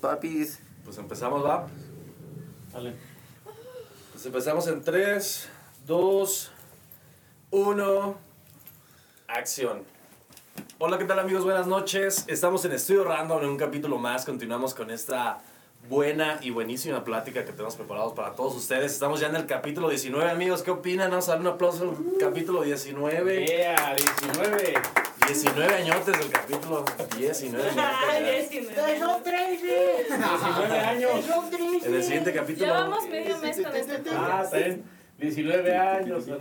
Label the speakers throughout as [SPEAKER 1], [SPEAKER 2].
[SPEAKER 1] papis.
[SPEAKER 2] Pues empezamos, va.
[SPEAKER 3] Dale.
[SPEAKER 2] Pues empezamos en 3, 2, 1. Acción. Hola, ¿qué tal amigos? Buenas noches. Estamos en Estudio Random en un capítulo más. Continuamos con esta buena y buenísima plática que tenemos preparados para todos ustedes. Estamos ya en el capítulo 19, amigos. ¿Qué opinan? Vamos a dar un aplauso al capítulo 19.
[SPEAKER 3] Yeah, 19.
[SPEAKER 2] 19 añotes del capítulo 19.
[SPEAKER 4] Ay,
[SPEAKER 2] añotes ya.
[SPEAKER 4] 19.
[SPEAKER 3] 19 años.
[SPEAKER 2] En el siguiente capítulo.
[SPEAKER 4] Llevamos medio mes con este podcast.
[SPEAKER 3] Ah, ten. 19 años.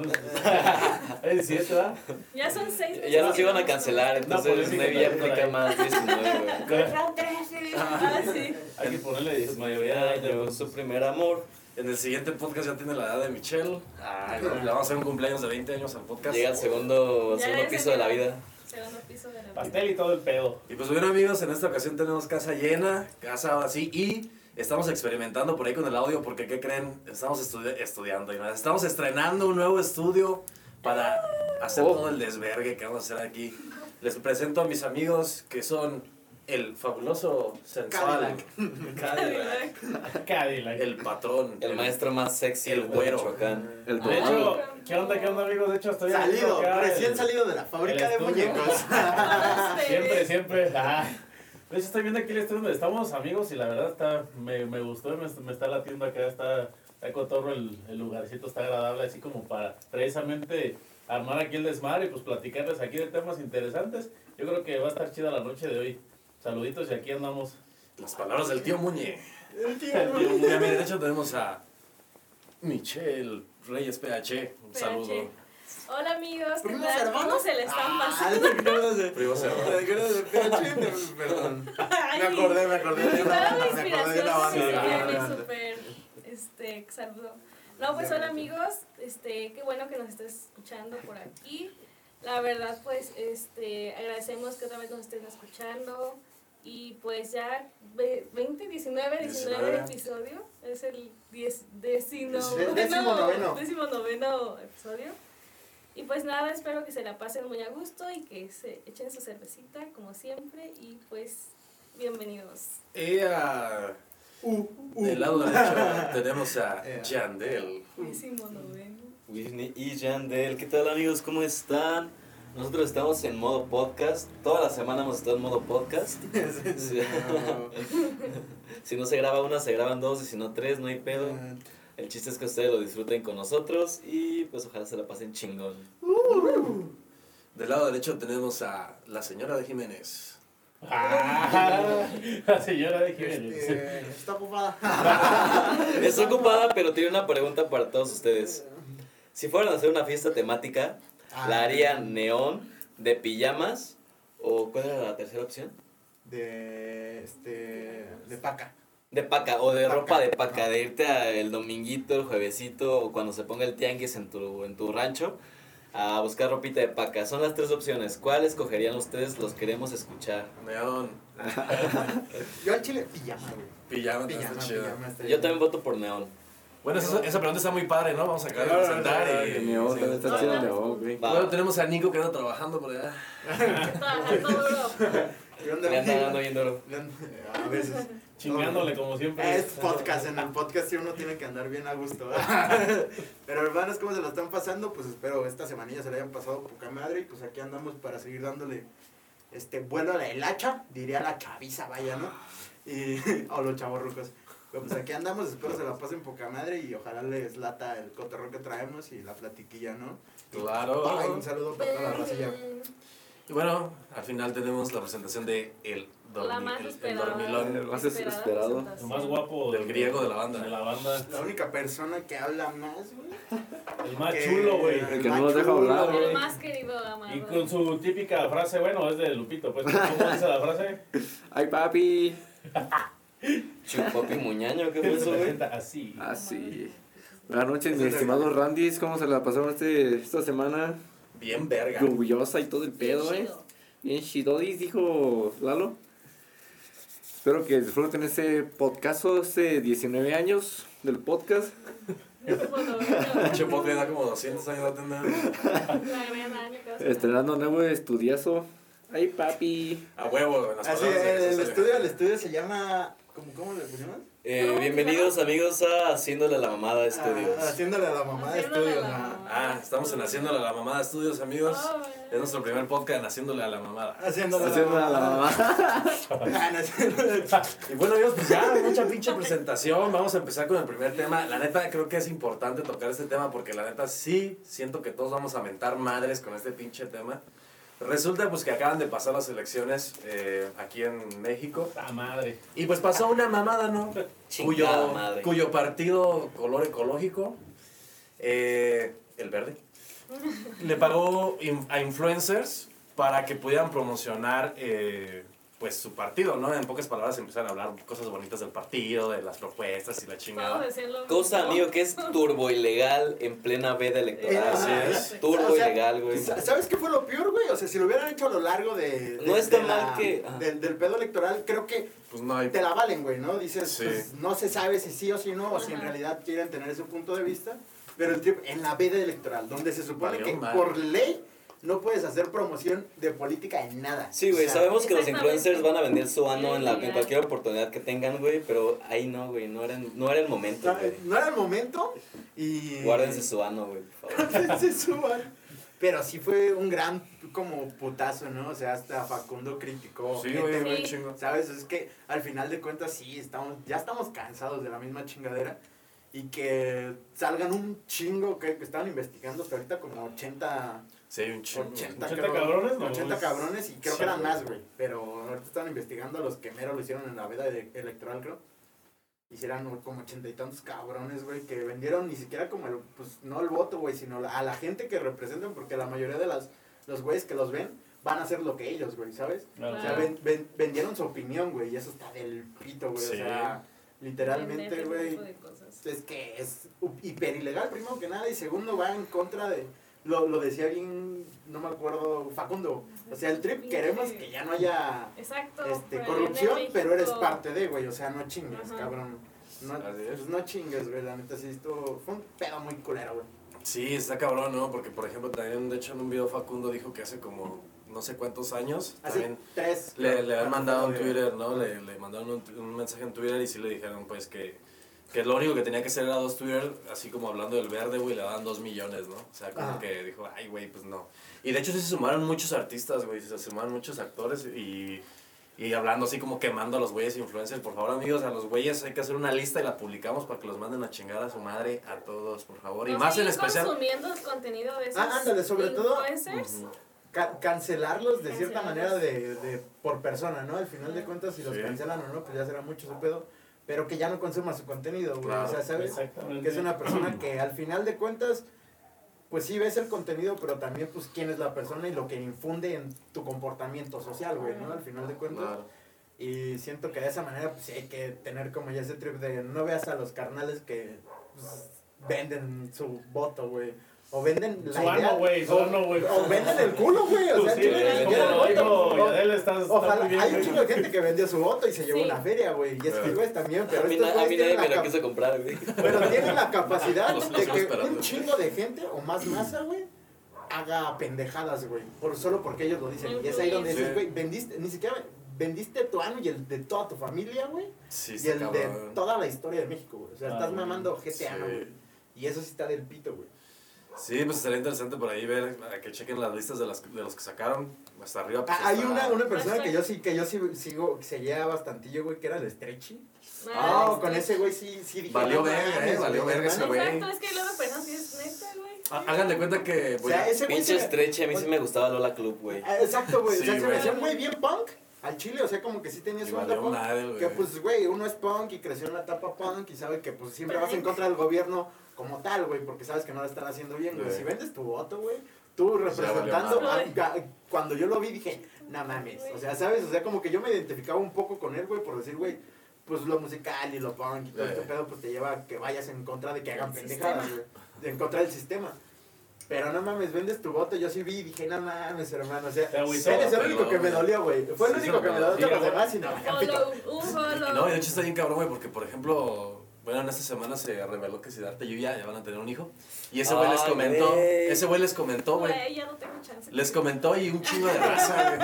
[SPEAKER 3] Es 17, ¿verdad?
[SPEAKER 4] Ya son seis meses.
[SPEAKER 5] Ya nos iban a cancelar,
[SPEAKER 3] No,
[SPEAKER 5] entonces
[SPEAKER 3] pues,
[SPEAKER 5] Nevi ya aplica más 19, güey.
[SPEAKER 4] Ah, sí.
[SPEAKER 3] Hay que ponerle
[SPEAKER 5] Es
[SPEAKER 3] 19
[SPEAKER 5] mayoría
[SPEAKER 3] años.
[SPEAKER 5] de su primer amor.
[SPEAKER 2] En el siguiente podcast ya tiene la edad de Michelle. Ah, Le vamos a hacer un cumpleaños de 20 años al podcast.
[SPEAKER 5] Ah. Llega al segundo,
[SPEAKER 4] Ya
[SPEAKER 5] segundo
[SPEAKER 4] ves,
[SPEAKER 5] piso de la
[SPEAKER 4] amigo.
[SPEAKER 5] vida.
[SPEAKER 4] Segundo piso de la
[SPEAKER 3] Pastel y todo el pedo.
[SPEAKER 2] Y pues bueno amigos, en esta ocasión tenemos casa llena, casa así y estamos experimentando por ahí con el audio porque ¿qué creen? Estamos estudi- estudiando y más, estamos estrenando un nuevo estudio para hacer
[SPEAKER 5] Oh.
[SPEAKER 2] todo el desvergue que vamos a hacer aquí. Les presento a mis amigos que son el fabuloso sensual, Cadillac,
[SPEAKER 3] Cadillac.
[SPEAKER 2] el patrón,
[SPEAKER 5] El maestro más sexy
[SPEAKER 2] El
[SPEAKER 5] de
[SPEAKER 2] güero.
[SPEAKER 5] Michoacán.
[SPEAKER 6] El
[SPEAKER 3] Ah, De hecho, ¿qué onda, qué onda, amigos? De hecho, estoy
[SPEAKER 7] Salido,
[SPEAKER 3] acá el-
[SPEAKER 7] recién salido de la fábrica
[SPEAKER 3] el
[SPEAKER 7] de
[SPEAKER 3] estudio.
[SPEAKER 7] muñecos.
[SPEAKER 4] vida.
[SPEAKER 3] Siempre, siempre. Ajá. De hecho, estoy viendo aquí el estudio donde estamos, amigos, y la verdad está, me, me gustó, me, me está latiendo acá, está, está cotorro el, el lugarcito, está agradable, así como para precisamente armar aquí el desmadre y pues platicarles aquí de temas interesantes. Yo creo que va a estar chida la noche de hoy. Saluditos y aquí andamos.
[SPEAKER 2] las palabras del tío Muñe.
[SPEAKER 3] Tío,
[SPEAKER 2] Y a mi derecho tenemos a Michelle Reyes PH, un
[SPEAKER 4] PH.
[SPEAKER 2] saludo.
[SPEAKER 4] Hola amigos, ¿qué
[SPEAKER 7] Primos
[SPEAKER 4] tal? ¿Cómo
[SPEAKER 7] hermanos.
[SPEAKER 4] se le están
[SPEAKER 7] Ah,
[SPEAKER 4] pasando?
[SPEAKER 7] de grado de-
[SPEAKER 2] Primo Cerrón.
[SPEAKER 7] de grado de PH, Perdón.
[SPEAKER 4] Ay,
[SPEAKER 7] Me acordé, me acordé de una
[SPEAKER 4] Toda mi
[SPEAKER 7] banda. Me acordé de una
[SPEAKER 4] inspiración
[SPEAKER 7] banda.
[SPEAKER 4] sí,
[SPEAKER 7] me acordé de
[SPEAKER 4] tiene
[SPEAKER 7] una banda.
[SPEAKER 4] súper, este, saludo. No, pues hola amigos, este, qué bueno que nos estés escuchando por aquí. La verdad, pues, este, agradecemos que otra vez nos estén escuchando. Y pues ya ve- 20, 19, 19
[SPEAKER 2] 19.
[SPEAKER 4] episodio, es el 10, decino,
[SPEAKER 7] El décimo noveno.
[SPEAKER 4] décimo noveno episodio. Y pues nada, espero que se la pasen muy a gusto y que se echen su cervecita como siempre y pues bienvenidos.
[SPEAKER 2] Ea. Del lado derecho tenemos a Yandel.
[SPEAKER 7] Mm.
[SPEAKER 4] Décimo noveno.
[SPEAKER 5] Whitney y Yandel. ¿Qué tal, amigos? ¿Cómo están? Nosotros estamos en modo podcast. Toda la semana hemos estado en modo podcast. Sí. Si no se graba una, se graban dos. Y si no, tres. No hay pedo. El chiste es que ustedes lo disfruten con nosotros. Y pues ojalá se la pasen chingón.
[SPEAKER 2] Del lado derecho tenemos a la señora de Jiménez.
[SPEAKER 3] Ah, la señora de Jiménez.
[SPEAKER 7] Este, Está ocupada.
[SPEAKER 5] Está ocupada, pero tiene una pregunta para todos ustedes. Si fueran a hacer una fiesta temática, ¿la harían neón, de pijamas o cuál era la tercera opción?
[SPEAKER 7] De. Este. De paca.
[SPEAKER 5] De paca o de
[SPEAKER 7] Paca.
[SPEAKER 5] ropa de paca, de irte a el dominguito, el juevesito o cuando se ponga el tianguis en tu, en tu rancho a buscar ropita de paca. Son las tres opciones. ¿Cuál escogerían ustedes? Los queremos escuchar.
[SPEAKER 2] Neón.
[SPEAKER 7] Yo al chile, pijama, güey.
[SPEAKER 2] Pijama, Ah, está
[SPEAKER 7] Pijama,
[SPEAKER 2] chido.
[SPEAKER 7] pijama. está
[SPEAKER 5] Yo
[SPEAKER 7] bien.
[SPEAKER 5] también voto por neón.
[SPEAKER 2] Bueno, esa, esa pregunta está muy padre, ¿no? Vamos a acabar de presentar. y-
[SPEAKER 6] Neón,
[SPEAKER 2] sí.
[SPEAKER 6] ¿dónde está chido el neón, güey?
[SPEAKER 5] Va.
[SPEAKER 2] Luego tenemos a Nico que anda trabajando por allá.
[SPEAKER 4] Trabajando duro.
[SPEAKER 7] ¿Y dónde
[SPEAKER 5] Le
[SPEAKER 7] lo
[SPEAKER 5] anda dando
[SPEAKER 7] digo?
[SPEAKER 5] bien duro.
[SPEAKER 7] Le ando- A veces.
[SPEAKER 3] Chingándole como siempre.
[SPEAKER 7] Es podcast, en el podcast sí uno tiene que andar bien a gusto. Pero hermanos, ¿cómo se la están pasando? Pues espero esta semanilla se la hayan pasado poca madre y pues aquí andamos para seguir dándole este vuelo a la hacha, diría la chaviza, vaya, ¿no? Y, o los chavorrucos. Pero pues aquí andamos, espero se la pasen poca madre y ojalá les lata el cotorreo que traemos y la platiquilla, ¿no? Ay,
[SPEAKER 2] Claro.
[SPEAKER 7] un saludo para toda la racilla.
[SPEAKER 2] Y bueno, al final tenemos la presentación de el, dormi-
[SPEAKER 4] La más
[SPEAKER 2] el- el
[SPEAKER 4] esperada.
[SPEAKER 2] dormilón.
[SPEAKER 6] El más
[SPEAKER 4] esperada
[SPEAKER 6] esperado.
[SPEAKER 3] El
[SPEAKER 4] presentación.
[SPEAKER 3] más guapo
[SPEAKER 2] Del griego de la banda.
[SPEAKER 3] De la banda.
[SPEAKER 7] La única persona que habla más, güey.
[SPEAKER 3] El más
[SPEAKER 7] que-
[SPEAKER 3] chulo, güey.
[SPEAKER 6] El que no
[SPEAKER 7] más
[SPEAKER 6] nos deja
[SPEAKER 7] chulo,
[SPEAKER 6] hablar,
[SPEAKER 7] güey.
[SPEAKER 4] El más querido amado.
[SPEAKER 3] Y con su típica frase, bueno, es de Lupito, pues, ¿cómo dice la frase?
[SPEAKER 6] Ay, papi.
[SPEAKER 5] Chupopi muñaño, ¿qué fue
[SPEAKER 3] Él se
[SPEAKER 5] eso, güey?
[SPEAKER 3] presenta así.
[SPEAKER 6] Así. Ah, Buenas noches, mis estimados Randis. ¿Cómo se la pasaron este, esta semana?
[SPEAKER 2] Bien verga.
[SPEAKER 6] Lluviosa y todo el pedo,
[SPEAKER 4] Bien
[SPEAKER 6] ¿eh?
[SPEAKER 4] chido.
[SPEAKER 6] Bien chidodis, dijo Lalo. Espero que disfruten este podcast, este 19 años del podcast.
[SPEAKER 4] Décimo noveno.
[SPEAKER 2] Che, poco da como 200 años de tener.
[SPEAKER 4] La gran año que vas a tener.
[SPEAKER 6] Estrenando nuevo estudiazo. Ay, papi.
[SPEAKER 2] A huevo, en las
[SPEAKER 7] Así,
[SPEAKER 2] palabras eh. de
[SPEAKER 7] el
[SPEAKER 2] César.
[SPEAKER 7] estudio, el estudio se llama ¿Cómo, cómo le pusieron?
[SPEAKER 5] Eh, bienvenidos amigos a este Haciéndole la Mamada Estudios.
[SPEAKER 7] Ah, haciéndole a la mamá de
[SPEAKER 4] Haciéndole
[SPEAKER 7] estudios.
[SPEAKER 4] a la
[SPEAKER 7] ajá.
[SPEAKER 4] mamá.
[SPEAKER 2] Ah, estamos en Haciéndole a la Mamada Estudios, amigos.
[SPEAKER 4] Ah,
[SPEAKER 2] Es nuestro primer podcast en Haciéndole a la Mamada.
[SPEAKER 7] Haciéndole a
[SPEAKER 6] Haciendo la mamá.
[SPEAKER 7] Ah, no, haciéndole-
[SPEAKER 2] Y bueno, amigos, pues ya, mucha pinche presentación. Vamos a empezar con el primer tema. La neta, creo que es importante tocar este tema porque la neta sí siento que todos vamos a mentar madres con este pinche tema. Resulta pues que acaban de pasar las elecciones eh, aquí en México.
[SPEAKER 3] ¡Ta madre!
[SPEAKER 2] Y pues pasó una mamada, ¿no?
[SPEAKER 5] Chingada
[SPEAKER 2] Cuyo,
[SPEAKER 5] madre.
[SPEAKER 2] cuyo partido color ecológico, eh, el verde, le pagó in- a influencers para que pudieran promocionar eh, pues su partido, ¿no? En pocas palabras empezaron a hablar cosas bonitas del partido, de las propuestas y la
[SPEAKER 4] Todos
[SPEAKER 2] chingada.
[SPEAKER 4] decían lo mismo.
[SPEAKER 5] Cosa, amigo, que es turbo ilegal en plena veda electoral.
[SPEAKER 7] Así
[SPEAKER 5] güey.
[SPEAKER 2] es.
[SPEAKER 5] Turbo
[SPEAKER 7] O sea,
[SPEAKER 5] ilegal, güey.
[SPEAKER 7] Sa- ¿Sabes qué fue lo peor, güey? O sea, si lo hubieran hecho a lo largo de. de-
[SPEAKER 5] No está
[SPEAKER 7] de
[SPEAKER 5] mal que- ajá.
[SPEAKER 7] del, del pedo electoral, creo que
[SPEAKER 2] Pues no hay...
[SPEAKER 7] te la valen, güey, ¿no? Dices,
[SPEAKER 2] Sí.
[SPEAKER 7] pues, no se sabe si sí o si no, o si en
[SPEAKER 4] Ajá.
[SPEAKER 7] realidad quieren tener ese punto de vista. Pero el trip en la veda electoral, donde se supone
[SPEAKER 2] Valió
[SPEAKER 7] que
[SPEAKER 2] madre.
[SPEAKER 7] por ley no puedes hacer promoción de política en nada.
[SPEAKER 5] Sí, güey,
[SPEAKER 7] O sea,
[SPEAKER 5] sabemos que los
[SPEAKER 4] Exactamente.
[SPEAKER 5] influencers van a vender su ano en, la, en
[SPEAKER 4] Ilegal.
[SPEAKER 5] cualquier oportunidad que tengan, güey, pero ahí no, güey, no era, no era el momento,
[SPEAKER 7] No,
[SPEAKER 5] güey.
[SPEAKER 7] Eh, no era el momento y.
[SPEAKER 5] Guárdense su ano, güey, por favor.
[SPEAKER 7] se suban. Pero sí fue un gran como putazo, ¿no? O sea, hasta Facundo criticó.
[SPEAKER 2] Sí,
[SPEAKER 7] gente,
[SPEAKER 2] güey,
[SPEAKER 4] güey.
[SPEAKER 2] güey, chingo.
[SPEAKER 7] ¿Sabes? Es que al final de cuentas sí, estamos, ya estamos cansados de la misma chingadera. Y que salgan un chingo que, que estaban investigando hasta ahorita como 80,
[SPEAKER 2] Sí, hay un chingo.
[SPEAKER 7] 80,
[SPEAKER 3] 80
[SPEAKER 7] creo,
[SPEAKER 3] cabrones, ¿no?
[SPEAKER 7] 80 cabrones y creo que eran
[SPEAKER 3] Sí.
[SPEAKER 7] más, güey. Pero ahorita están investigando a los que mero lo hicieron en la veda ele- electoral, creo. Hicieron como ochenta y tantos cabrones, güey, que vendieron ni siquiera como el, pues no el voto, güey, sino la- a la gente que representan, porque la mayoría de las, los güeyes que los ven van a hacer lo que ellos, güey, ¿sabes? O sea,
[SPEAKER 4] Claro.
[SPEAKER 7] ven- ven- vendieron su opinión, güey, y eso está del pito, güey. O
[SPEAKER 2] Sí.
[SPEAKER 7] sea,
[SPEAKER 4] Vender
[SPEAKER 7] literalmente,
[SPEAKER 4] ese
[SPEAKER 7] güey,
[SPEAKER 4] tipo de cosas.
[SPEAKER 7] es que es hiper ilegal, primero que nada, y segundo va en contra de. Lo, lo decía alguien, no me acuerdo, Facundo. O sea, el trip queremos que ya no haya
[SPEAKER 4] Exacto. por allá
[SPEAKER 7] este,
[SPEAKER 4] en
[SPEAKER 7] corrupción, pero eres
[SPEAKER 4] México.
[SPEAKER 7] parte de, güey. O sea, no chingues,
[SPEAKER 4] Ajá.
[SPEAKER 7] cabrón. No,
[SPEAKER 2] Así es.
[SPEAKER 7] pues no chingues, güey. La neta, sí, esto fue un pedo muy culero, güey.
[SPEAKER 2] Sí, está cabrón, ¿no? Porque, por ejemplo, también, de hecho, en un video Facundo dijo que hace como no sé cuántos años,
[SPEAKER 7] Hace
[SPEAKER 2] también
[SPEAKER 7] tres.
[SPEAKER 2] Le, le han mandado en
[SPEAKER 7] de-
[SPEAKER 2] Twitter, ¿no? Le, le mandaron un, tu- un mensaje en Twitter y sí le dijeron, pues, que, que lo único que tenía que hacer era dos Twitter, así como hablando del verde, güey, le daban dos millones, ¿no? O sea, como
[SPEAKER 7] Ajá.
[SPEAKER 2] que dijo, ay, güey, pues no. Y de hecho sí se sumaron muchos artistas, güey, se sumaron muchos actores y, y hablando así como quemando a los güeyes influencers. Por favor, amigos, a los güeyes hay que hacer una lista y la publicamos para que los manden a chingar a su madre a todos, por favor. Y
[SPEAKER 4] No
[SPEAKER 2] más en
[SPEAKER 4] seguir
[SPEAKER 2] especial...
[SPEAKER 4] consumiendo el contenido de esos
[SPEAKER 7] Ah, ándale, sobre todo-
[SPEAKER 4] influencers.
[SPEAKER 2] Ujú.
[SPEAKER 7] Ca- cancelarlos de cierta manera
[SPEAKER 4] Cancelarlos.
[SPEAKER 7] de, de- por persona, ¿no? Al final de cuentas, si los
[SPEAKER 2] Sí.
[SPEAKER 7] cancelan o no, pues ya será mucho su pedo. Pero que ya no consuma su contenido, güey.
[SPEAKER 2] Claro.
[SPEAKER 7] O sea, ¿sabes?
[SPEAKER 3] Exactamente.
[SPEAKER 7] Que es una persona que al final de cuentas, pues sí ves el contenido, pero también, pues, quién es la persona y lo que infunde en tu comportamiento social, güey, ¿no? Al final de cuentas.
[SPEAKER 2] Claro.
[SPEAKER 7] Y siento que de esa manera, pues sí hay que tener como ya ese trip de no veas a los carnales que pues, venden su voto, güey. O venden la
[SPEAKER 3] Su ano,
[SPEAKER 7] idea.
[SPEAKER 3] güey, su
[SPEAKER 7] o,
[SPEAKER 3] ano, güey.
[SPEAKER 7] o venden el culo, güey. O
[SPEAKER 3] Tú
[SPEAKER 7] sea,
[SPEAKER 3] sí,
[SPEAKER 7] tienen-
[SPEAKER 5] güey,
[SPEAKER 3] como
[SPEAKER 7] tienen
[SPEAKER 3] lo
[SPEAKER 7] el voto.
[SPEAKER 3] dijo Yadel, estás- estás
[SPEAKER 7] Ojalá,
[SPEAKER 3] muy bien,
[SPEAKER 7] hay un
[SPEAKER 3] güey.
[SPEAKER 7] chingo de gente que vendió su voto y se llevó
[SPEAKER 4] Sí.
[SPEAKER 7] una feria, güey. Y es que,
[SPEAKER 2] Claro.
[SPEAKER 7] güey, también,
[SPEAKER 5] A
[SPEAKER 7] pero
[SPEAKER 5] mí,
[SPEAKER 7] estos
[SPEAKER 5] na- a
[SPEAKER 7] güeyes
[SPEAKER 5] mí nadie
[SPEAKER 7] tienen la
[SPEAKER 5] me lo
[SPEAKER 7] cap-
[SPEAKER 5] quiso comprar, güey.
[SPEAKER 7] pero tienen la capacidad
[SPEAKER 2] Los- los
[SPEAKER 7] de
[SPEAKER 2] estoy
[SPEAKER 7] que
[SPEAKER 2] esperando.
[SPEAKER 7] un chingo de gente o más masa, güey, haga pendejadas, güey. Por, solo porque ellos lo dicen. Y es ahí donde
[SPEAKER 2] Sí.
[SPEAKER 7] dices, güey, vendiste, ni siquiera vendiste tu ano y el de toda tu familia, güey.
[SPEAKER 2] Sí,
[SPEAKER 7] Y
[SPEAKER 2] está
[SPEAKER 7] el de
[SPEAKER 2] cabrón.
[SPEAKER 7] toda la historia de México, güey. O sea,
[SPEAKER 3] Ah,
[SPEAKER 7] estás
[SPEAKER 3] güey.
[SPEAKER 7] mamando GTA,
[SPEAKER 2] Sí.
[SPEAKER 7] güey. Y eso sí está del pito, güey.
[SPEAKER 2] Sí, pues estaría interesante por ahí ver, para que chequen las listas de, las, de los que sacaron, hasta arriba. pues,
[SPEAKER 7] Ah, hay
[SPEAKER 2] está-
[SPEAKER 7] una, una persona
[SPEAKER 4] Hashtag.
[SPEAKER 7] que yo sí, que yo sí sigo, seguía bastantillo, güey, que era el Stretchy.
[SPEAKER 4] Ah,
[SPEAKER 7] Ah,
[SPEAKER 4] este-
[SPEAKER 7] con ese güey sí, sí dije.
[SPEAKER 2] Valió
[SPEAKER 7] no
[SPEAKER 2] verga,
[SPEAKER 7] mames,
[SPEAKER 2] eh, valió
[SPEAKER 7] güey,
[SPEAKER 2] verga ese
[SPEAKER 7] hermano.
[SPEAKER 2] güey.
[SPEAKER 4] Exacto, es que luego personas que es neta, güey.
[SPEAKER 2] Ah, Hagan de cuenta que...
[SPEAKER 7] O
[SPEAKER 2] voy
[SPEAKER 7] sea,
[SPEAKER 2] a-
[SPEAKER 7] ese güey.
[SPEAKER 5] Pinche
[SPEAKER 7] se-
[SPEAKER 5] estrecha, a mí sí me gustaba Lola Club, güey.
[SPEAKER 7] Ah, Exacto, güey. o sea,
[SPEAKER 2] Sí,
[SPEAKER 7] se
[SPEAKER 2] güey.
[SPEAKER 7] me hacía muy bien punk al chile. O sea, como que sí tenía
[SPEAKER 2] Y
[SPEAKER 7] su onda
[SPEAKER 2] valió
[SPEAKER 7] punk.
[SPEAKER 2] madre, güey.
[SPEAKER 7] Que pues, güey, uno es punk y creció en la etapa punk y sabe que pues siempre vas en contra del gobierno como tal, güey, porque sabes que no lo están haciendo bien, güey.
[SPEAKER 2] Sí.
[SPEAKER 7] Si vendes tu voto, güey, tú representando.
[SPEAKER 4] valió madre.
[SPEAKER 7] a- a- cuando yo lo vi dije, no mames. O sea, ¿sabes? O sea, como que yo me identificaba un poco con él, güey, por decir, güey. Pues lo musical y lo punk y todo
[SPEAKER 2] Sí.
[SPEAKER 7] este pedo, pues te lleva a que vayas en contra de que hagan
[SPEAKER 4] El
[SPEAKER 7] pendejadas, güey. En contra del sistema. Pero no mames, vendes tu voto. Yo sí vi y dije, no mames, hermano. O sea,
[SPEAKER 3] Te agüitó,
[SPEAKER 7] eres el
[SPEAKER 2] pero,
[SPEAKER 7] único que me
[SPEAKER 2] güey.
[SPEAKER 7] dolió, güey. Fue el
[SPEAKER 2] Sí,
[SPEAKER 7] único
[SPEAKER 2] se
[SPEAKER 7] que
[SPEAKER 2] lo
[SPEAKER 7] me dolió.
[SPEAKER 2] dolió,
[SPEAKER 7] Los
[SPEAKER 3] güey.
[SPEAKER 7] demás y no,
[SPEAKER 4] Follow, un follow.
[SPEAKER 2] No, de hecho está bien cabrón, güey, porque por ejemplo, Bueno, en esta semana se reveló que Siddhartha y Yuya ya van a tener un hijo. Y ese güey les
[SPEAKER 5] Ay,
[SPEAKER 2] comentó,
[SPEAKER 5] güey.
[SPEAKER 2] ese güey les comentó, güey.
[SPEAKER 4] Güey, ya no tengo chance.
[SPEAKER 2] Les comentó y un chingo de raza,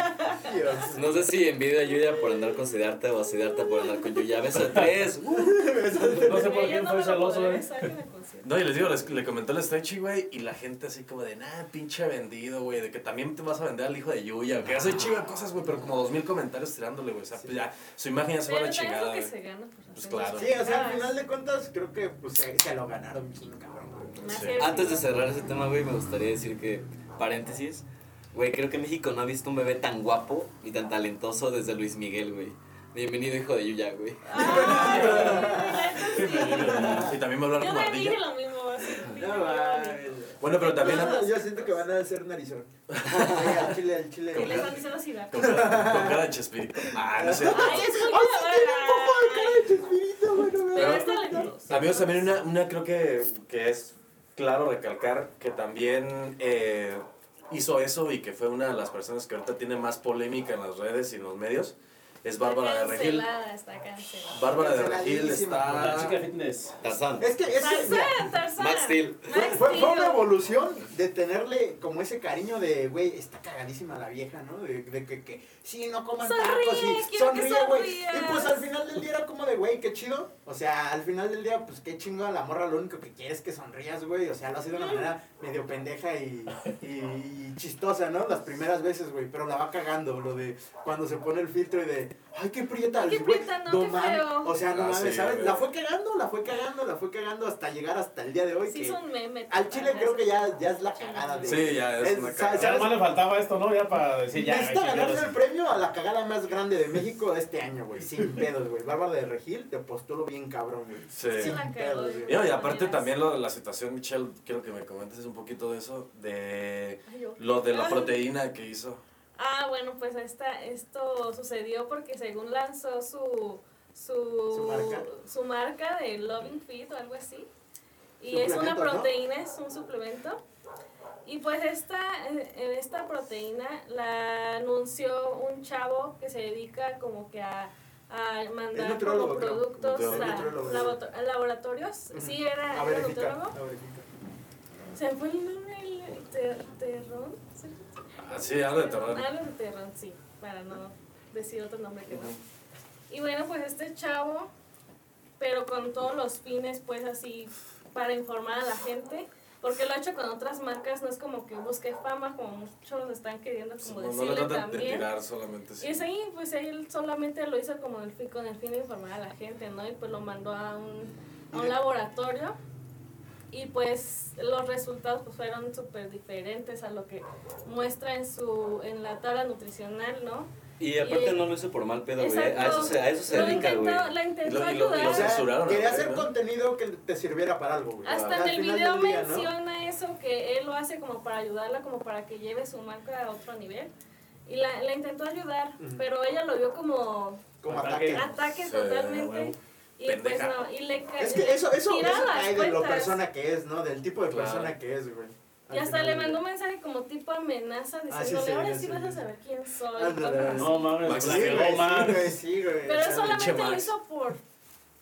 [SPEAKER 2] güey.
[SPEAKER 5] No sé si envidia a Yuya por andar con Siddhartha o a Siddhartha por andar con Yuya. Beso a tres. Uh,
[SPEAKER 3] No sé por
[SPEAKER 4] Güey, ya
[SPEAKER 3] quién
[SPEAKER 4] no
[SPEAKER 3] fue
[SPEAKER 4] me lo
[SPEAKER 3] celoso,
[SPEAKER 4] podré
[SPEAKER 3] eh.
[SPEAKER 4] besar en el concierto.
[SPEAKER 2] No, y les digo, les- le comentó el Stretchy, güey, y la gente así como de, nah, pinche vendido, güey, de que también te vas a vender al hijo de Yuya, que hace un chingo de cosas, güey, pero como dos mil comentarios tirándole, güey, o sea, pues ya, su imagen ya se va a
[SPEAKER 4] Pero
[SPEAKER 2] la
[SPEAKER 4] también es
[SPEAKER 2] chingada,
[SPEAKER 4] lo que
[SPEAKER 2] güey.
[SPEAKER 4] se gana por Ah, hacer
[SPEAKER 2] Pues claro.
[SPEAKER 7] Sí, o sea, al final de cuentas, creo que pues, se, se lo ganaron bien, cabrón. güey.
[SPEAKER 4] Más
[SPEAKER 2] Sí.
[SPEAKER 4] cerca.
[SPEAKER 5] Antes de cerrar ese tema, güey, me gustaría decir que, paréntesis, güey, creo que México no ha visto un bebé tan guapo y tan talentoso desde Luis Miguel, güey. Bienvenido, hijo de Yuya, güey.
[SPEAKER 4] Ay, güey, neta, Ah, sí.
[SPEAKER 2] Y también va a hablar
[SPEAKER 4] Yo
[SPEAKER 2] como
[SPEAKER 4] le dije
[SPEAKER 2] ardilla.
[SPEAKER 4] lo mismo. así, dije,
[SPEAKER 7] No, mames.
[SPEAKER 2] Bueno, pero también,
[SPEAKER 7] No,
[SPEAKER 2] con,
[SPEAKER 7] no, yo siento que van a ser narizón. Sí, al chile, al chile.
[SPEAKER 4] Que les van diciendo si da.
[SPEAKER 2] con cara de Chespirito. Ah, no sé.
[SPEAKER 4] Ay, es muy buena. Pero es talentoso.
[SPEAKER 2] Amigos, también una, una creo que, que es claro recalcar que también eh, hizo eso y que fue una de las personas que ahorita tiene más polémica en las redes y en los medios, es Bárbara de Regil.
[SPEAKER 4] Cancelada, está cancelada.
[SPEAKER 2] Bárbara de Regil
[SPEAKER 3] La chica
[SPEAKER 2] está...
[SPEAKER 3] fitness.
[SPEAKER 5] Tarzán.
[SPEAKER 7] Es que, es que, mira,
[SPEAKER 4] Tarzán, Tarzán.
[SPEAKER 5] Max Steel.
[SPEAKER 7] fue, fue- fue una
[SPEAKER 4] Steel.
[SPEAKER 7] evolución de tenerle como ese cariño de, güey, está cagadísima la vieja, ¿no? De, de que, que, sí, no coman
[SPEAKER 4] Sonríe,
[SPEAKER 7] tacos
[SPEAKER 4] quiero
[SPEAKER 7] y
[SPEAKER 4] que
[SPEAKER 7] sonríe, güey. Y
[SPEAKER 4] sonrías.
[SPEAKER 7] pues al final del día era como de, güey, qué chido. O sea, al final del día, pues qué chingo a la morra, lo único que quieres es que sonrías, güey. O sea, lo hace de una manera medio pendeja y, y- y chistosa, ¿no? Las primeras veces, güey, pero la va cagando, lo de cuando se pone el filtro y de, ay, qué prieta,
[SPEAKER 4] Qué
[SPEAKER 7] güey,
[SPEAKER 4] prieta, no, qué
[SPEAKER 7] mames.
[SPEAKER 4] feo.
[SPEAKER 7] O sea, no
[SPEAKER 2] Ah,
[SPEAKER 7] mames,
[SPEAKER 2] sí,
[SPEAKER 7] ¿sabes?
[SPEAKER 2] güey.
[SPEAKER 7] La fue cagando, la fue cagando, la fue cagando hasta llegar hasta el día de hoy.
[SPEAKER 4] Sí,
[SPEAKER 7] que-
[SPEAKER 4] es un meme.
[SPEAKER 7] al chile creo que ya, ya es la cagada de.
[SPEAKER 2] Sí, ya es una cagada.
[SPEAKER 3] Ya
[SPEAKER 7] ¿sabes?
[SPEAKER 3] nomás le faltaba esto, ¿no? Ya para decir ya.
[SPEAKER 7] Necesita
[SPEAKER 3] güey,
[SPEAKER 7] ganarse
[SPEAKER 3] chingados.
[SPEAKER 7] el premio a la cagada más grande de México este año, güey. Sin pedos, güey. Bárbara de Regil te postulo bien cabrón, güey.
[SPEAKER 2] Sí.
[SPEAKER 4] Sí
[SPEAKER 7] Sin
[SPEAKER 4] la cagó,
[SPEAKER 7] pedos,
[SPEAKER 4] güey.
[SPEAKER 2] Y, no, y aparte también lo de la situación, Michelle, quiero que me comentes un poquito de eso, de lo de la proteína que hizo.
[SPEAKER 4] Ah, bueno, pues esta, esto sucedió porque según lanzó su su,
[SPEAKER 7] Su marca.
[SPEAKER 4] su marca de Loving Fit o algo así. Y es
[SPEAKER 7] Suplemento,
[SPEAKER 4] una
[SPEAKER 7] ¿no?
[SPEAKER 4] proteína, es un suplemento. Y pues esta, eh, esta proteína la anunció un chavo que se dedica como que a, a mandar
[SPEAKER 7] nutriólogo,
[SPEAKER 4] como
[SPEAKER 7] creo.
[SPEAKER 4] productos
[SPEAKER 2] Nutriólogo.
[SPEAKER 4] a,
[SPEAKER 7] Nutriólogo,
[SPEAKER 4] laborato- a laboratorios.
[SPEAKER 7] Ujú.
[SPEAKER 4] Sí, era,
[SPEAKER 7] A
[SPEAKER 4] Ah, era
[SPEAKER 7] verificar.
[SPEAKER 4] nutriólogo.
[SPEAKER 7] a verificar.
[SPEAKER 4] Se fue el nombre, el ter- terrón. ¿sí?
[SPEAKER 2] Ah, sí, algo de terror.
[SPEAKER 4] Algo de terror, sí, para no decir otro nombre que no. Y bueno, pues este chavo, pero con todos los fines, pues así, para informar a la gente, porque lo ha hecho con otras marcas, no es como que busque fama, como muchos están queriendo como
[SPEAKER 2] No, no le
[SPEAKER 4] decirle
[SPEAKER 2] tratan de
[SPEAKER 4] también.
[SPEAKER 2] tirar solamente. sí.
[SPEAKER 4] Y ese ahí, pues él solamente lo hizo como el fin, con el fin de informar a la gente, ¿no? Y pues lo mandó a un, a un laboratorio y pues los resultados pues fueron súper diferentes a lo que muestra en su en la tabla nutricional, ¿no?
[SPEAKER 5] Y aparte
[SPEAKER 4] Y-
[SPEAKER 5] no lo hizo por mal pedo, güey. A eso se, a eso se
[SPEAKER 4] lo
[SPEAKER 5] dedica, güey.
[SPEAKER 4] intentó, la intentó
[SPEAKER 2] Y lo- y lo- y
[SPEAKER 4] ayudar.
[SPEAKER 2] lo
[SPEAKER 7] O sea,
[SPEAKER 2] censuraron,
[SPEAKER 7] quería
[SPEAKER 2] ¿no?
[SPEAKER 7] hacer contenido que te sirviera para algo, güey.
[SPEAKER 4] Hasta en
[SPEAKER 7] Al
[SPEAKER 4] el
[SPEAKER 7] final
[SPEAKER 4] video
[SPEAKER 7] del día, ¿no?
[SPEAKER 4] menciona eso, que él lo hace como para ayudarla, como para que lleve su marca a otro nivel. Y la, la intentó ayudar,
[SPEAKER 7] Ujú.
[SPEAKER 4] pero ella lo vio como
[SPEAKER 7] Como
[SPEAKER 3] Ataque.
[SPEAKER 7] ataque.
[SPEAKER 4] ataque
[SPEAKER 2] Sí,
[SPEAKER 4] totalmente.
[SPEAKER 2] bueno.
[SPEAKER 4] Y pues
[SPEAKER 2] Pendeja.
[SPEAKER 4] no, y le ca-
[SPEAKER 7] Es que eso, eso,
[SPEAKER 4] tira
[SPEAKER 7] eso
[SPEAKER 4] las
[SPEAKER 7] cae de lo
[SPEAKER 4] cuentas.
[SPEAKER 7] persona que es, ¿no? Del tipo de
[SPEAKER 2] Claro.
[SPEAKER 7] persona que es, güey.
[SPEAKER 4] Y hasta le mandó un mensaje como tipo amenaza,
[SPEAKER 7] Ah, sí,
[SPEAKER 4] diciéndole,
[SPEAKER 7] sí,
[SPEAKER 4] ahora
[SPEAKER 7] sí,
[SPEAKER 4] sí
[SPEAKER 7] sí. Ah,
[SPEAKER 4] vas a saber quién soy.
[SPEAKER 7] Ándale,
[SPEAKER 4] cosas
[SPEAKER 7] ándale.
[SPEAKER 4] así.
[SPEAKER 3] No mames,
[SPEAKER 2] Max
[SPEAKER 3] Max
[SPEAKER 7] Sí,
[SPEAKER 2] Steel,
[SPEAKER 3] Steel,
[SPEAKER 7] güey,
[SPEAKER 3] no
[SPEAKER 7] sí,
[SPEAKER 3] mames.
[SPEAKER 7] güey, sí, güey.
[SPEAKER 4] Pero
[SPEAKER 7] O sea,
[SPEAKER 4] él solamente
[SPEAKER 2] pinche
[SPEAKER 4] lo
[SPEAKER 2] Max.
[SPEAKER 4] hizo por,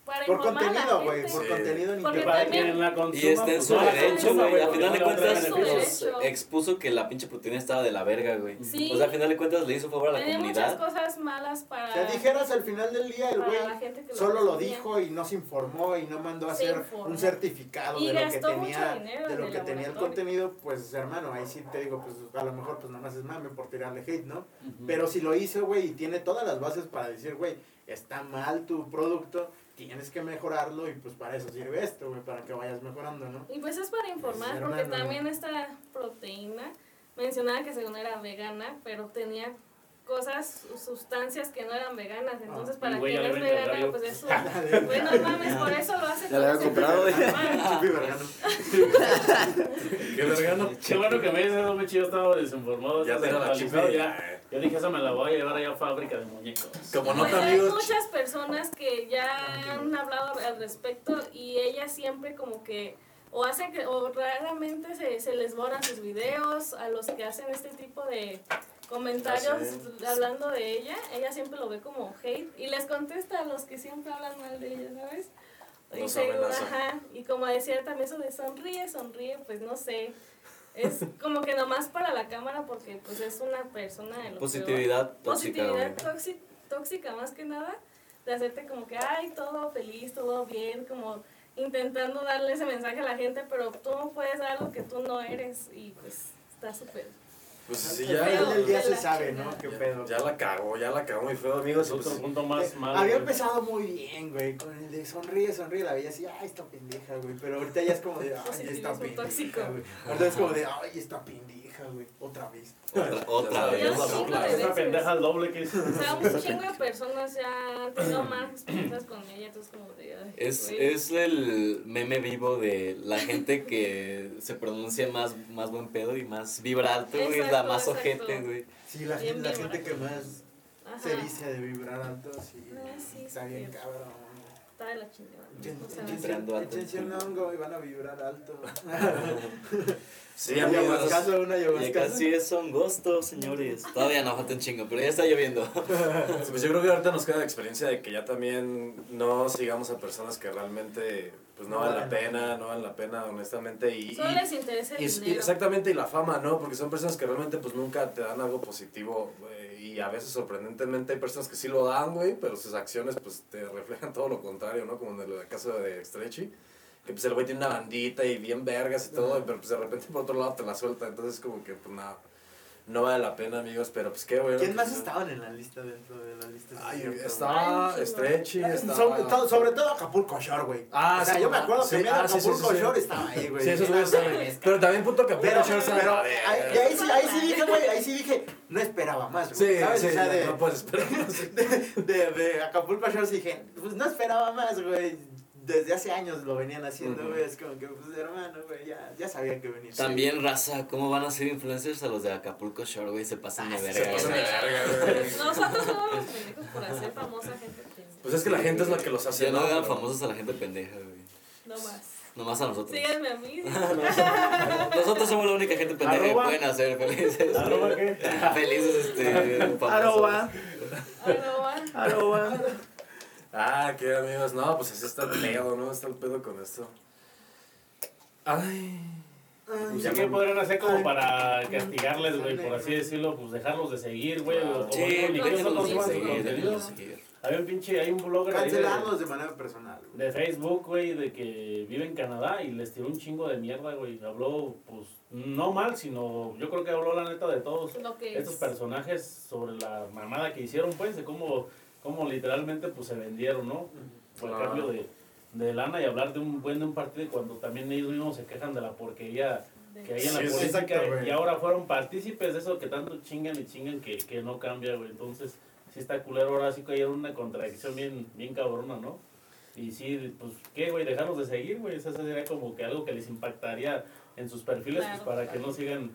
[SPEAKER 4] para
[SPEAKER 7] Por
[SPEAKER 4] informar a
[SPEAKER 7] contenido,
[SPEAKER 4] la
[SPEAKER 7] güey.
[SPEAKER 4] gente.
[SPEAKER 7] Por
[SPEAKER 2] Sí.
[SPEAKER 7] contenido en
[SPEAKER 4] Porque
[SPEAKER 7] que-
[SPEAKER 3] Para
[SPEAKER 4] también-
[SPEAKER 3] quien la consuma.
[SPEAKER 5] Y está en
[SPEAKER 3] pues,
[SPEAKER 5] su
[SPEAKER 3] no la
[SPEAKER 5] derecho,
[SPEAKER 3] consuma,
[SPEAKER 5] güey. A final
[SPEAKER 3] porque no
[SPEAKER 5] de
[SPEAKER 3] le va a
[SPEAKER 5] cuentas,
[SPEAKER 3] traer
[SPEAKER 4] beneficio.
[SPEAKER 5] pues, expuso que la pinche proteína estaba de la verga, güey.
[SPEAKER 4] Sí.
[SPEAKER 5] O sea, a final de cuentas le hizo favor a la
[SPEAKER 4] Tenía muchas
[SPEAKER 5] comunidad.
[SPEAKER 4] cosas malas para,
[SPEAKER 7] O sea, dijeras al final del día, el
[SPEAKER 4] para
[SPEAKER 7] güey
[SPEAKER 4] la gente que
[SPEAKER 7] solo lo
[SPEAKER 4] consumía.
[SPEAKER 7] dijo y no se informó y no mandó a
[SPEAKER 4] Se
[SPEAKER 7] hacer
[SPEAKER 4] informó.
[SPEAKER 7] un certificado
[SPEAKER 4] Y
[SPEAKER 7] de lo que
[SPEAKER 4] gastó mucho
[SPEAKER 7] tenía,
[SPEAKER 4] dinero
[SPEAKER 7] de
[SPEAKER 4] en
[SPEAKER 7] lo
[SPEAKER 4] el
[SPEAKER 7] que tenía el
[SPEAKER 4] laboratorio.
[SPEAKER 7] contenido, pues hermano, ahí sí te digo, pues a lo mejor pues nada más es mame por tirarle hate, ¿no?
[SPEAKER 3] Ujú.
[SPEAKER 7] Pero si lo hizo, güey, y tiene todas las bases para decir, güey, está mal tu producto, tienes que mejorarlo y pues para eso sirve esto, güey, para que vayas mejorando, ¿no?
[SPEAKER 4] Y pues es para informar,
[SPEAKER 7] Pues,
[SPEAKER 4] porque
[SPEAKER 7] hermano.
[SPEAKER 4] también esta proteína mencionaba que según era vegana, pero tenía cosas, sustancias que no eran veganas. Entonces,
[SPEAKER 7] Ah,
[SPEAKER 4] para
[SPEAKER 3] y güey,
[SPEAKER 4] quien
[SPEAKER 3] ya
[SPEAKER 4] es
[SPEAKER 3] le venden
[SPEAKER 4] vegana,
[SPEAKER 3] gallo.
[SPEAKER 4] pues es su. Bueno, mames, por eso lo hace.
[SPEAKER 6] Ya la había
[SPEAKER 4] con ese
[SPEAKER 6] comprado, güey.
[SPEAKER 4] normal.
[SPEAKER 7] Chupi vergano.
[SPEAKER 2] Qué vergano.
[SPEAKER 3] Qué bueno que me dices eso, bicho. Yo estaba desinformado.
[SPEAKER 2] Ya tengo la
[SPEAKER 3] desactualizado,
[SPEAKER 2] chica.
[SPEAKER 3] ya. Yo dije, esa me la voy a llevar allá a fábrica de muñecos.
[SPEAKER 2] Como
[SPEAKER 4] Pues
[SPEAKER 2] nota,
[SPEAKER 4] hay
[SPEAKER 2] amigos.
[SPEAKER 4] muchas personas que ya han hablado al respecto y ellas siempre como que o hacen que o raramente se, se les borran sus videos a los que hacen este tipo de comentarios
[SPEAKER 2] Ah,
[SPEAKER 4] hablando de ella, ella siempre lo ve como hate y les contesta a los que siempre hablan mal de ella, ¿sabes? Y,
[SPEAKER 2] Nos
[SPEAKER 4] según-
[SPEAKER 2] amenaza.
[SPEAKER 4] ajá, y como decía también eso de sonríe, sonríe, pues no sé. Es como que nomás para la cámara porque pues es una persona de lo peor.
[SPEAKER 5] Positividad tóxica,
[SPEAKER 4] Positividad
[SPEAKER 5] güey.
[SPEAKER 4] tóxi- tóxica más que nada. De hacerte como que, ay, todo feliz, todo bien, como intentando darle ese mensaje a la gente, pero tú no puedes dar lo que tú no eres y pues está súper.
[SPEAKER 2] Pues sí,
[SPEAKER 7] Al
[SPEAKER 2] ya,
[SPEAKER 7] final del día
[SPEAKER 4] de
[SPEAKER 7] se
[SPEAKER 4] la
[SPEAKER 7] sabe,
[SPEAKER 4] chingada.
[SPEAKER 7] ¿no? Qué
[SPEAKER 2] ya-
[SPEAKER 7] pedo.
[SPEAKER 2] ya la cagó, ya la cagó muy feo, amigos.
[SPEAKER 3] Es
[SPEAKER 2] y pues,
[SPEAKER 3] otro punto más malo.
[SPEAKER 7] Eh, Había
[SPEAKER 3] güey.
[SPEAKER 7] empezado muy bien, güey, con el de sonríe, sonríe, la veía así, ay, esta pendeja, güey, pero ahorita ya es como de, ay, esta
[SPEAKER 4] Positivismo tóxico.
[SPEAKER 7] pendeja, güey. Ahorita es como de, ay, esta pendeja, güey, otra vez.
[SPEAKER 5] Otra, otra
[SPEAKER 2] Ya
[SPEAKER 5] vez.
[SPEAKER 2] lo
[SPEAKER 5] la
[SPEAKER 2] siento,
[SPEAKER 5] burla,
[SPEAKER 4] bebé.
[SPEAKER 5] güey.
[SPEAKER 3] Esa pendeja al doble que es.
[SPEAKER 4] O sea, un chingo de personas ya han tenido más experiencias con ella, entonces como de, ay,
[SPEAKER 5] Es,
[SPEAKER 4] güey.
[SPEAKER 5] es el meme vivo de la gente que se pronuncia más, más buen pedo y más vibrante, güey. La
[SPEAKER 4] Exacto,
[SPEAKER 5] más
[SPEAKER 4] exacto.
[SPEAKER 5] ojete, güey.
[SPEAKER 7] Sí, la,
[SPEAKER 4] Bien
[SPEAKER 7] gente, la
[SPEAKER 4] vibra.
[SPEAKER 7] gente que más
[SPEAKER 4] Ajá.
[SPEAKER 7] se dice de vibrar alto, sí,
[SPEAKER 4] Ah, sí,
[SPEAKER 7] está
[SPEAKER 4] sí,
[SPEAKER 7] bien
[SPEAKER 4] sí.
[SPEAKER 7] cabrón.
[SPEAKER 4] Está de la chingada. O sea,
[SPEAKER 5] sí.
[SPEAKER 7] Échense-
[SPEAKER 5] Vibrando alto.
[SPEAKER 7] Échense un hongo y van a vibrar alto.
[SPEAKER 2] Sí, pues, amigos.
[SPEAKER 7] ayahuasca, una
[SPEAKER 5] Ya
[SPEAKER 7] ayahuasca.
[SPEAKER 5] casi es un gusto, señores. Todavía no falta un chingo, pero ya está lloviendo.
[SPEAKER 2] Pues yo creo que ahorita nos queda la experiencia de que ya también no sigamos a personas que realmente pues no valen la pena, no valen la pena honestamente y,
[SPEAKER 4] Solo
[SPEAKER 2] y-
[SPEAKER 4] les interesa el
[SPEAKER 2] y- y
[SPEAKER 4] dinero.
[SPEAKER 2] exactamente y la fama, ¿no? Porque son personas que realmente pues nunca te dan algo positivo güey, y a veces sorprendentemente hay personas que sí lo dan, güey, pero sus acciones pues te reflejan todo lo contrario, ¿no? Como en el caso de Stretchy, que pues el güey tiene una bandita y bien vergas y todo, pero pues de repente por otro lado te la suelta, entonces como que pues nada. No vale la pena, amigos, pero pues qué bueno.
[SPEAKER 7] ¿Quién
[SPEAKER 2] que
[SPEAKER 7] más
[SPEAKER 2] no-
[SPEAKER 7] estaban en la lista dentro de la lista?
[SPEAKER 2] Ay,
[SPEAKER 7] Sí,
[SPEAKER 2] estaba
[SPEAKER 4] Ay,
[SPEAKER 2] Stretchy, estaba...
[SPEAKER 7] Sobre todo, sobre todo Acapulco Shore, güey.
[SPEAKER 2] Ah,
[SPEAKER 7] o sea,
[SPEAKER 2] sí,
[SPEAKER 7] yo me acuerdo
[SPEAKER 2] sí,
[SPEAKER 7] que medio
[SPEAKER 2] ah, sí, sí,
[SPEAKER 7] Acapulco
[SPEAKER 2] sí, sí.
[SPEAKER 7] Shore estaba ahí, güey.
[SPEAKER 2] Sí, esos
[SPEAKER 7] Era
[SPEAKER 2] güeyes saben.
[SPEAKER 7] una mezcla.
[SPEAKER 2] Pero también punto que
[SPEAKER 7] Pero,
[SPEAKER 2] Shore sabe-
[SPEAKER 7] pero
[SPEAKER 2] A
[SPEAKER 7] ahí,
[SPEAKER 2] ver,
[SPEAKER 7] ahí sí, ahí sí dije, güey, ahí sí dije, no esperaba más, güey.
[SPEAKER 2] Sí,
[SPEAKER 7] ¿Sabes?
[SPEAKER 2] sí,
[SPEAKER 7] o sea, de,
[SPEAKER 2] no puedes esperar. sí.
[SPEAKER 7] de, de Acapulco Shore sí dije, pues no esperaba más, güey. Desde hace años lo venían haciendo,
[SPEAKER 2] Ujú.
[SPEAKER 7] güey. Es como que, pues hermano, güey, ya, ya sabía que venía.
[SPEAKER 5] También, raza, ¿cómo van a ser influencers a los de Acapulco Shore, güey? Se pasan de verga.
[SPEAKER 2] Se pasan de
[SPEAKER 5] güey.
[SPEAKER 2] verga, güey.
[SPEAKER 4] Nosotros somos los pendejos por hacer famosa gente que
[SPEAKER 2] Pues es que la gente es la que los hace.
[SPEAKER 5] Ya no hagan
[SPEAKER 2] Pero-
[SPEAKER 5] famosos a la gente pendeja, güey.
[SPEAKER 4] no más.
[SPEAKER 5] Nomás a nosotros.
[SPEAKER 4] Síganme a mí.
[SPEAKER 5] Nosotros somos la única gente pendeja que
[SPEAKER 3] Arroba.
[SPEAKER 5] pueden hacer felices.
[SPEAKER 3] ¿Arroba qué?
[SPEAKER 5] Felices, este. famosos.
[SPEAKER 6] Aroba,
[SPEAKER 4] Arroba.
[SPEAKER 6] aroba.
[SPEAKER 2] Ah, qué amigos. No, pues así está el pedo, ¿no? Está el pedo con esto. Ay.
[SPEAKER 3] Pues, ¿Qué podrían hacer como para castigarles, güey? Por así decirlo, pues dejarlos de seguir, güey. o como
[SPEAKER 5] Sí,
[SPEAKER 3] digo, ni que no
[SPEAKER 5] déjenlos
[SPEAKER 3] consuman su
[SPEAKER 5] seguir,
[SPEAKER 3] contenido.
[SPEAKER 5] déjenlos seguir.
[SPEAKER 3] Hay un pinche, hay un blogger ahí de,
[SPEAKER 7] Cancelarlos de manera personal, güey.
[SPEAKER 3] de Facebook, güey, de que vive en Canadá y les tiró un chingo de mierda, güey. Habló, pues, no mal, sino yo creo que habló la neta de todos
[SPEAKER 4] Lo que
[SPEAKER 3] estos
[SPEAKER 4] es.
[SPEAKER 3] personajes sobre la mamada que hicieron, pues, de cómo, cómo literalmente pues se vendieron, ¿no? Por el
[SPEAKER 2] Claro.
[SPEAKER 3] cambio de, de lana y hablar de un buen de un partido cuando también ellos mismos se quejan de la porquería que hay en la
[SPEAKER 2] Sí, sí,
[SPEAKER 3] política
[SPEAKER 7] exacto, güey.
[SPEAKER 3] y ahora fueron partícipes de eso que tanto chingan y chingan que, que no cambia, güey. Entonces, sí está culero ahora sí que hay una contradicción bien, bien cabrona, ¿no? Y sí, pues, ¿qué, güey? Dejarlos de seguir, güey. Eso sería como que algo que les impactaría en sus perfiles pues,
[SPEAKER 4] Claro.
[SPEAKER 3] para que no sigan,